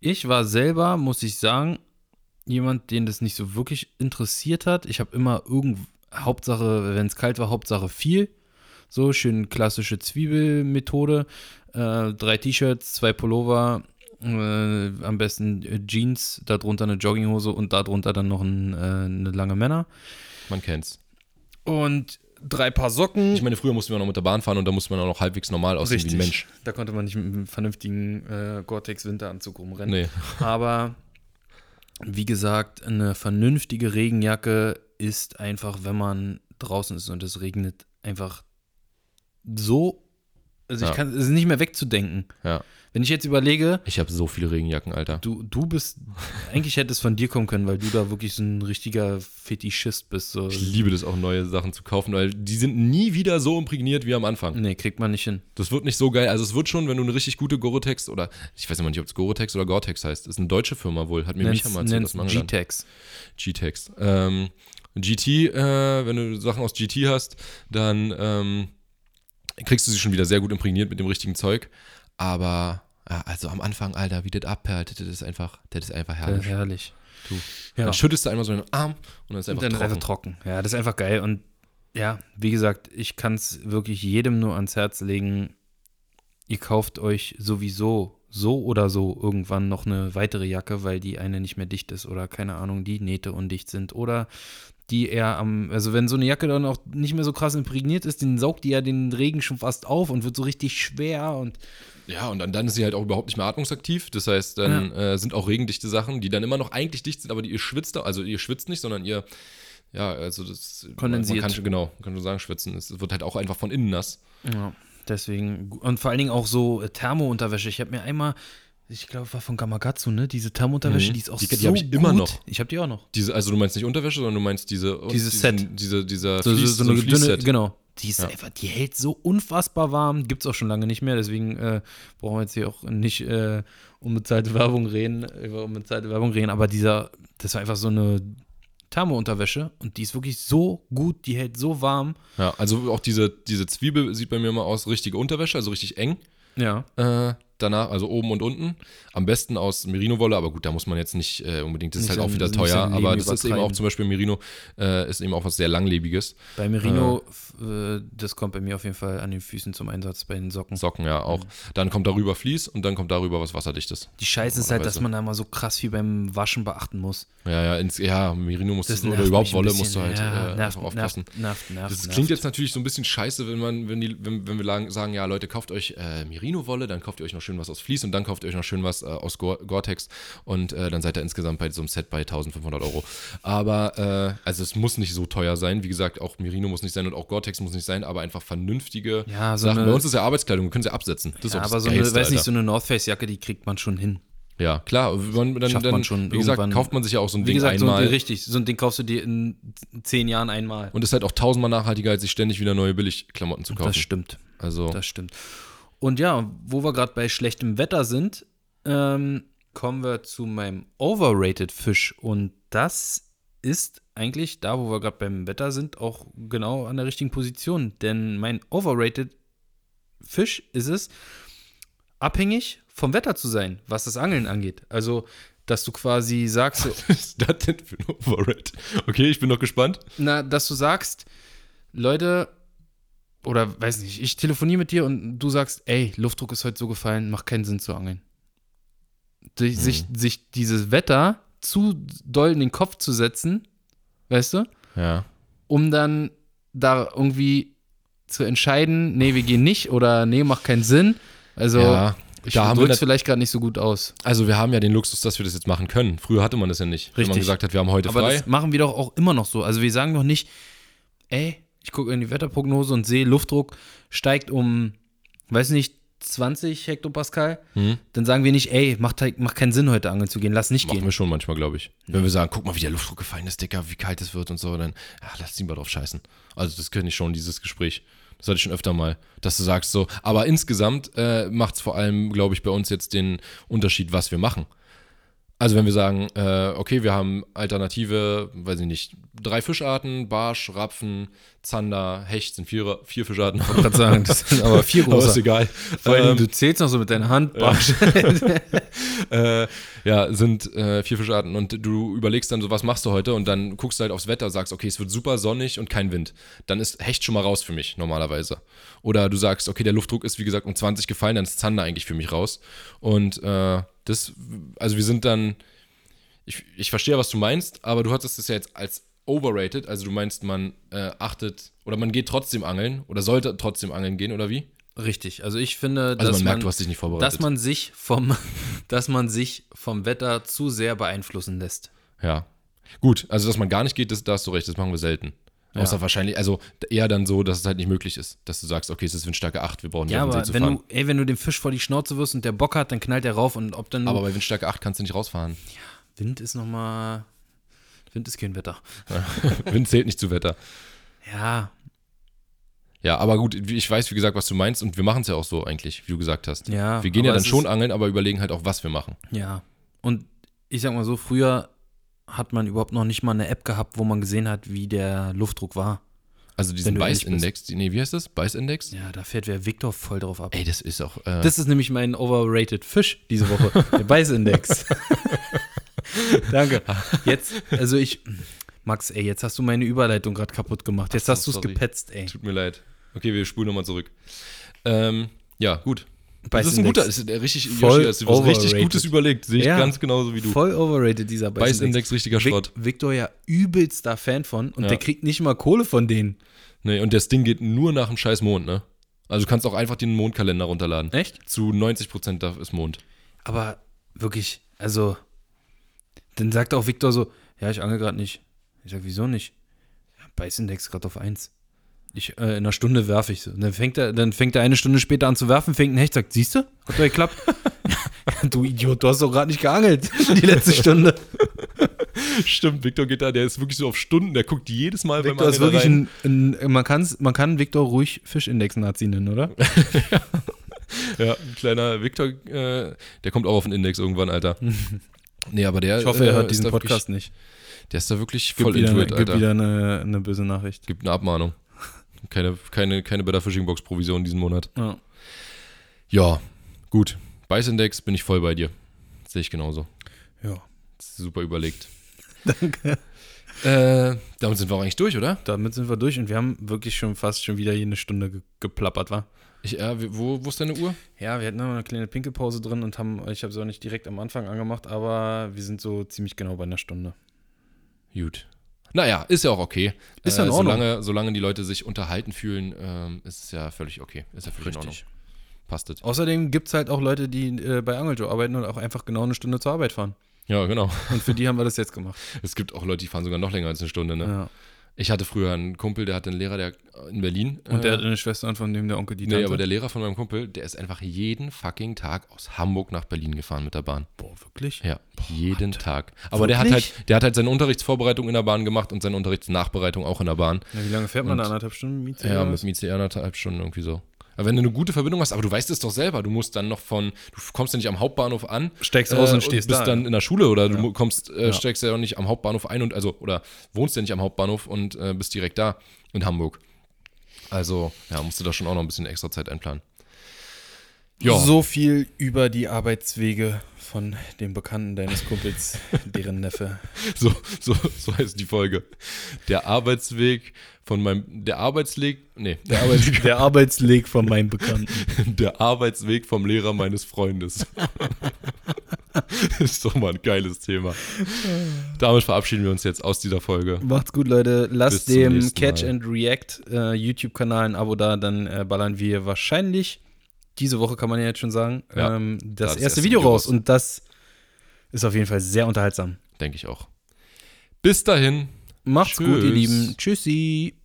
ich war selber, muss ich sagen, jemand, den das nicht so wirklich interessiert hat. Ich habe immer irgend Hauptsache, wenn es kalt war, Hauptsache viel. So schön klassische Zwiebelmethode. Äh, drei T-Shirts, zwei Pullover, äh, am besten äh, Jeans, darunter eine Jogginghose und darunter dann noch ein, äh, eine lange Männer.
Man kennt's.
Und drei Paar Socken.
Ich meine, früher mussten wir noch mit der Bahn fahren und da musste man auch noch halbwegs normal aussehen wie ein Mensch.
Da konnte man nicht mit einem vernünftigen äh, Gore-Tex-Winteranzug rumrennen.
Nee.
Aber wie gesagt, eine vernünftige Regenjacke ist einfach, wenn man draußen ist und es regnet, einfach so, also
Ja.
ich kann, es ist nicht mehr wegzudenken.
Ja.
Wenn ich jetzt überlege,
Ich habe so viele Regenjacken, Alter.
du, du bist, eigentlich hätte es von dir kommen können, weil du da wirklich so ein richtiger Fetischist bist. So.
Ich liebe das auch, neue Sachen zu kaufen, weil die sind nie wieder so imprägniert wie am Anfang.
Nee, kriegt man nicht hin.
Das wird nicht so geil. Also es wird schon, wenn du eine richtig gute Gorotex oder ich weiß immer nicht, ob es Gorotex oder Gore-Tex heißt. Ist eine deutsche Firma wohl. Hat mir Micha mal erzählt aus
Nenn's
Mangel.
G-Tex.
G-Tex. Ähm, GT, äh, wenn du Sachen aus GT hast, dann ähm, kriegst du sie schon wieder sehr gut imprägniert mit dem richtigen Zeug. Aber ja, also am Anfang, Alter, wie das abperlt, das ist einfach, das ist einfach herrlich.
Herrlich.
Du.
Ja.
Dann schüttest du einmal so den Arm und dann ist es einfach
Und dann
trocken.
ist einfach trocken. Ja, das ist einfach geil. Und ja, wie gesagt, ich kann es wirklich jedem nur ans Herz legen. Ihr kauft euch sowieso so oder so irgendwann noch eine weitere Jacke, weil die eine nicht mehr dicht ist oder keine Ahnung, die Nähte undicht sind oder die eher am, also wenn so eine Jacke dann auch nicht mehr so krass imprägniert ist, dann saugt die ja den Regen schon fast auf und wird so richtig schwer und
Ja, und dann, dann ist sie halt auch überhaupt nicht mehr atmungsaktiv. Das heißt, dann äh, sind auch regendichte Sachen, die dann immer noch eigentlich dicht sind, aber die ihr schwitzt, da- also ihr schwitzt nicht, sondern ihr, ja, also das
Kondensiert.
Man kann, schon- genau, man kann schon sagen, schwitzen. Es wird halt auch einfach von innen nass.
Ja, deswegen. Und vor allen Dingen auch so äh, Thermounterwäsche. Ich habe mir einmal, ich glaube, war von Gamakatsu, ne? Diese Thermounterwäsche,
Mhm.
die ist auch
Die- die
so
hab ich
gut.
immer noch.
Ich habe die auch noch.
Diese, also du meinst nicht Unterwäsche, sondern du meinst diese
Dieses
diesen,
Set.
Diese, dieser
So, so,
Fleece-
so eine
ein
dünne,
Fleece-Set.
genau. Die ist
Ja.
einfach, die hält so unfassbar warm. Gibt's auch schon lange nicht mehr, deswegen äh, brauchen wir jetzt hier auch nicht äh, unbezahlte Werbung reden, über unbezahlte Werbung reden, aber dieser, das war einfach so eine Thermounterwäsche und die ist wirklich so gut, die hält so warm.
Ja, also auch diese, diese Zwiebel sieht bei mir immer aus, richtige Unterwäsche, also richtig eng.
Ja.
Äh, danach, also oben und unten. Am besten aus Merino-Wolle, aber gut, da muss man jetzt nicht äh, unbedingt, das ist
Nicht
halt auch
so-
wieder
nicht so
teuer,
ein
aber
Leben
das ist eben
übertreiben.
auch zum Beispiel Merino, äh, ist eben auch was sehr langlebiges.
Bei Merino, f- äh, das kommt bei mir auf jeden Fall an den Füßen zum Einsatz, bei den Socken.
Socken, ja, auch. Dann kommt darüber Vlies und dann kommt darüber was Wasserdichtes.
Die Scheiße ist halt, dass man da mal so krass viel beim Waschen beachten muss.
Ja, ja, ins, ja Merino musst du, oder
nervt
überhaupt
mich ein
Wolle
bisschen.
musst du halt
Ja,
äh,
nervt,
einfach aufpassen.
Nervt, nervt, nervt,
Das
nervt.
klingt jetzt natürlich so ein bisschen scheiße, wenn man, wenn die, wenn, wenn wir lang- sagen, ja, Leute, kauft euch äh, Merino-Wolle, dann kauft ihr euch noch schön was aus Vlies und dann kauft ihr euch noch schön was äh, aus Gore- Gore-Tex und äh, dann seid ihr insgesamt bei so einem Set bei 1500 Euro. Aber, äh, also es muss nicht so teuer sein. Wie gesagt, auch Merino muss nicht sein und auch Gore-Tex muss nicht sein, aber einfach vernünftige
Ja, so
Sachen.
eine-
bei uns ist ja Arbeitskleidung, wir können sie absetzen. Das ist
ja,
auch das
aber so eine,
Geilste,
weiß nicht,
Alter.
so eine North Face Jacke, die kriegt man schon hin.
Ja, klar. Man, dann,
Schafft
dann,
man schon
wie gesagt,
irgendwann.
kauft man sich ja auch so ein
Wie
Ding
gesagt, so ein,
einmal.
richtig, so ein Ding kaufst du dir in zehn Jahren einmal.
und ist halt auch tausendmal nachhaltiger, als sich ständig wieder neue Billigklamotten zu
das
kaufen.
stimmt,
Also,
das stimmt. Und ja, wo wir gerade bei schlechtem Wetter sind, ähm, kommen wir zu meinem Overrated Fisch. Und das ist eigentlich da, wo wir gerade beim Wetter sind, auch genau an der richtigen Position. Denn mein Overrated Fisch ist es, abhängig vom Wetter zu sein, was das Angeln angeht. Also, dass du quasi sagst, so,
was ist das denn für ein Overrated? Okay, ich bin noch gespannt.
na, dass du sagst, Leute, oder weiß nicht, ich telefoniere mit dir und du sagst, ey, Luftdruck ist heute so gefallen, macht keinen Sinn zu angeln.
Mhm.
Sich, sich, sich dieses Wetter zu doll in den Kopf zu setzen, weißt du,
Ja.
um dann da irgendwie zu entscheiden, nee, wir gehen nicht oder nee, macht keinen Sinn. Also,
ja.
ich
da haben wir
drück's
nat-
vielleicht gerade nicht so gut aus.
also wir haben ja den Luxus, dass wir das jetzt machen können. Früher hatte man das ja nicht. Wenn man
Richtig.
gesagt hat, wir haben heute
Aber
frei.
das machen wir doch auch immer noch so. Also wir sagen doch nicht, ey, ich gucke in die Wetterprognose und sehe, Luftdruck steigt um, weiß nicht, 20 Hektopascal.
Hm.
Dann sagen wir nicht, ey, macht, halt- macht keinen Sinn, heute angeln zu gehen, lass nicht
Machen
gehen.
wir schon manchmal, glaube ich. Wenn wir sagen, guck mal, wie der Luftdruck gefallen ist, Dicker, wie kalt es wird und so, dann ja, lass ihn mal drauf scheißen. Also das kenne ich schon, dieses Gespräch. Das hatte ich schon öfter mal, dass du sagst so. Aber insgesamt äh, macht es vor allem, glaube ich, bei uns jetzt den Unterschied, was wir machen. Also wenn wir sagen, äh, okay, wir haben alternative, weiß ich nicht, drei Fischarten, Barsch, Rapfen, Zander, Hecht sind vier, vier Fischarten.
Ich wollte sagen, das sind aber vier
Aber ist
große.
egal. Ähm,
du zählst noch so mit deiner Hand.
äh, ja, sind äh, vier Fischarten und du überlegst dann so, was machst du heute und dann guckst du halt aufs Wetter, sagst, okay, es wird super sonnig und kein Wind. Dann ist Hecht schon mal raus für mich normalerweise. Oder du sagst, okay, der Luftdruck ist wie gesagt um 20 gefallen, dann ist Zander eigentlich für mich raus. Und äh, das, also wir sind dann, ich, ich verstehe, was du meinst, aber du hattest es ja jetzt als overrated, also du meinst, man äh, achtet oder man geht trotzdem angeln oder sollte trotzdem angeln gehen oder wie?
Richtig, also ich finde,
Also
dass
man merkt, du hast dich nicht vorbereitet.
dass man sich vom, dass man sich vom Wetter zu sehr beeinflussen lässt.
Ja. Gut, also dass man gar nicht geht, das, da hast du recht, das machen wir selten. Außer wahrscheinlich, also eher dann so, dass es halt nicht möglich ist, dass du sagst, okay, es ist Windstärke 8, wir brauchen nicht
Ja,
auf den
aber
See um zu
wenn
fahren.
du, ey, wenn du dem Fisch vor die Schnauze wirst und der Bock hat, dann knallt er rauf und ob dann
aber bei Windstärke 8 kannst du nicht rausfahren.
Wind ist nochmal. Wind ist kein Wetter.
Wind zählt nicht zu Wetter.
Ja,
Ja, aber gut, wie- ich weiß, wie gesagt, was du meinst und wir machen es ja auch so eigentlich, wie du gesagt hast.
ja.
wir gehen ja
aber
dann
es
schon angeln, aber überlegen halt auch, was wir machen.
Ist, ja. Und ich sag mal so, früher hat man überhaupt noch nicht mal eine App gehabt, wo man gesehen hat, wie der Luftdruck war.
Also diesen
du ehrlich
Beißindex, die- nee, wie heißt das? Beißindex?
Ja, da fährt wer Victor voll drauf ab.
Ey, das ist auch. Äh,
Das ist nämlich mein overrated Fisch diese Woche, der Beißindex. Danke. Jetzt, also ich, Max, ey, jetzt hast du meine Überleitung gerade kaputt gemacht. Jetzt hast du es
sorry.
gepetzt, ey.
tut mir leid. Okay, wir spulen nochmal zurück. Ähm, ja, gut. Das ist ein
Beißindex.
guter, das ist der richtig,
Voll
Yoshi, hast du was richtig
overrated.
Gutes überlegt. Sehe ich
Ja.
ganz genauso wie du.
Voll overrated dieser Beißindex.
Beißindex, richtiger Schrott.
Vic, Victor ja übelster Fan von und
Ja.
der kriegt nicht mal Kohle von denen.
Nee, und das Ding geht nur nach dem scheiß Mond, ne? Also du kannst auch einfach den Mondkalender runterladen.
Echt?
Zu 90% da ist Mond.
Aber wirklich, also, dann sagt auch Victor so, ja, ich angel gerade nicht. Ich sag, wieso nicht? Ja, Beißindex gerade auf 1. Ich, äh, in einer Stunde werfe ich so. Und dann fängt er, dann fängt er eine Stunde später an zu werfen, fängt ein Hecht, sagt, siehst du? Hat doch geklappt. Ja, du Idiot, du hast doch gerade nicht geangelt, die letzte Stunde.
Stimmt, Victor geht da, der ist wirklich so auf Stunden, der guckt jedes Mal
Victor ist wirklich ein, ein man, kann's, man kann Victor ruhig Fischindex-Nazi nennen, oder?
Ja, ein kleiner Victor, äh, der kommt auch auf den Index irgendwann, Alter. nee, aber der
Ich hoffe, er
äh,
hört
ist
diesen
da
Podcast nicht.
Wirklich, der ist da wirklich
Gibt
voll
wieder,
into
eine,
it, Alter.
gibt wieder eine, eine böse Nachricht.
Gibt eine Abmahnung. Keine, keine, keine Better Fishing Box Provision diesen Monat.
Ja.
Ja, gut. Beißindex bin ich voll bei dir. Sehe ich genauso.
ja.
Super überlegt. Danke. Äh, damit sind wir auch eigentlich durch, oder?
Damit sind wir durch und wir haben wirklich schon fast schon wieder hier eine Stunde ge geplappert, war.
Ich, ja, wie- wo, wo ist deine Uhr?
Ja, wir hatten noch eine kleine Pinkelpause drin und haben, ich habe es auch nicht direkt am Anfang angemacht, aber wir sind so ziemlich genau bei einer Stunde.
Gut. Naja, ist ja auch okay. Äh,
Ist ja in Ordnung.
Solange, solange die Leute sich unterhalten fühlen, ähm, ist es ja völlig okay. Ist ja völlig in Ordnung. Passt es.
Außerdem gibt es halt auch Leute, die äh, bei Angeljoe arbeiten und auch einfach genau eine Stunde zur Arbeit fahren.
Ja, genau.
Und für die haben wir das jetzt gemacht.
Es gibt auch Leute, die fahren sogar noch länger als eine Stunde. Ne?
Ja.
Ich hatte früher einen Kumpel, der hatte einen Lehrer, der in Berlin.
Und der
äh,
hat eine Schwester und von dem der Onkel die
Nee,
Tante.
aber der Lehrer von meinem Kumpel, der ist einfach jeden fucking Tag aus Hamburg nach Berlin gefahren mit der Bahn.
Boah, wirklich?
Ja, jeden Tag. Aber der hat
Wirklich?
halt, der hat halt seine Unterrichtsvorbereitung in der Bahn gemacht und seine Unterrichtsnachbereitung auch in der Bahn.
Na, wie lange fährt man da? Anderthalb Stunden? Miete
Ja,
oder
mit
was?
dem ICE anderthalb Stunden irgendwie so. Aber wenn du eine gute Verbindung hast, aber du weißt es doch selber, du musst dann noch von, du kommst ja nicht am Hauptbahnhof an. äh,
Steigst aus und stehst
bist
da,
dann
ja.
in der Schule oder du mu- kommst, äh, steigst ja auch nicht am Hauptbahnhof ein und also, oder wohnst ja nicht am Hauptbahnhof und äh, bist direkt da in Hamburg. Also, ja, musst du da schon auch noch ein bisschen extra Zeit einplanen. Ja.
So viel über die Arbeitswege von dem Bekannten deines Kumpels, deren Neffe.
So, so, so heißt die Folge. Der Arbeitsweg von meinem, der Arbeitsweg, nee, der, Arbeits,
der Arbeitsweg von meinem Bekannten.
der Arbeitsweg vom Lehrer meines Freundes. ist doch mal ein geiles Thema. Damit verabschieden wir uns jetzt aus dieser Folge.
Macht's gut, Leute.
Bis
Lasst
zum
dem
nächsten
Catch
Mal.
and React äh, YouTube-Kanal ein Abo da, dann äh, ballern wir wahrscheinlich, diese Woche kann man ja jetzt schon sagen,
Ja,
ähm,
da
das,
ist
erste Video raus. Und das ist auf jeden Fall sehr unterhaltsam.
Denke ich auch. Bis dahin.
Macht's gut, ihr
Tschüss.
Lieben. Tschüssi.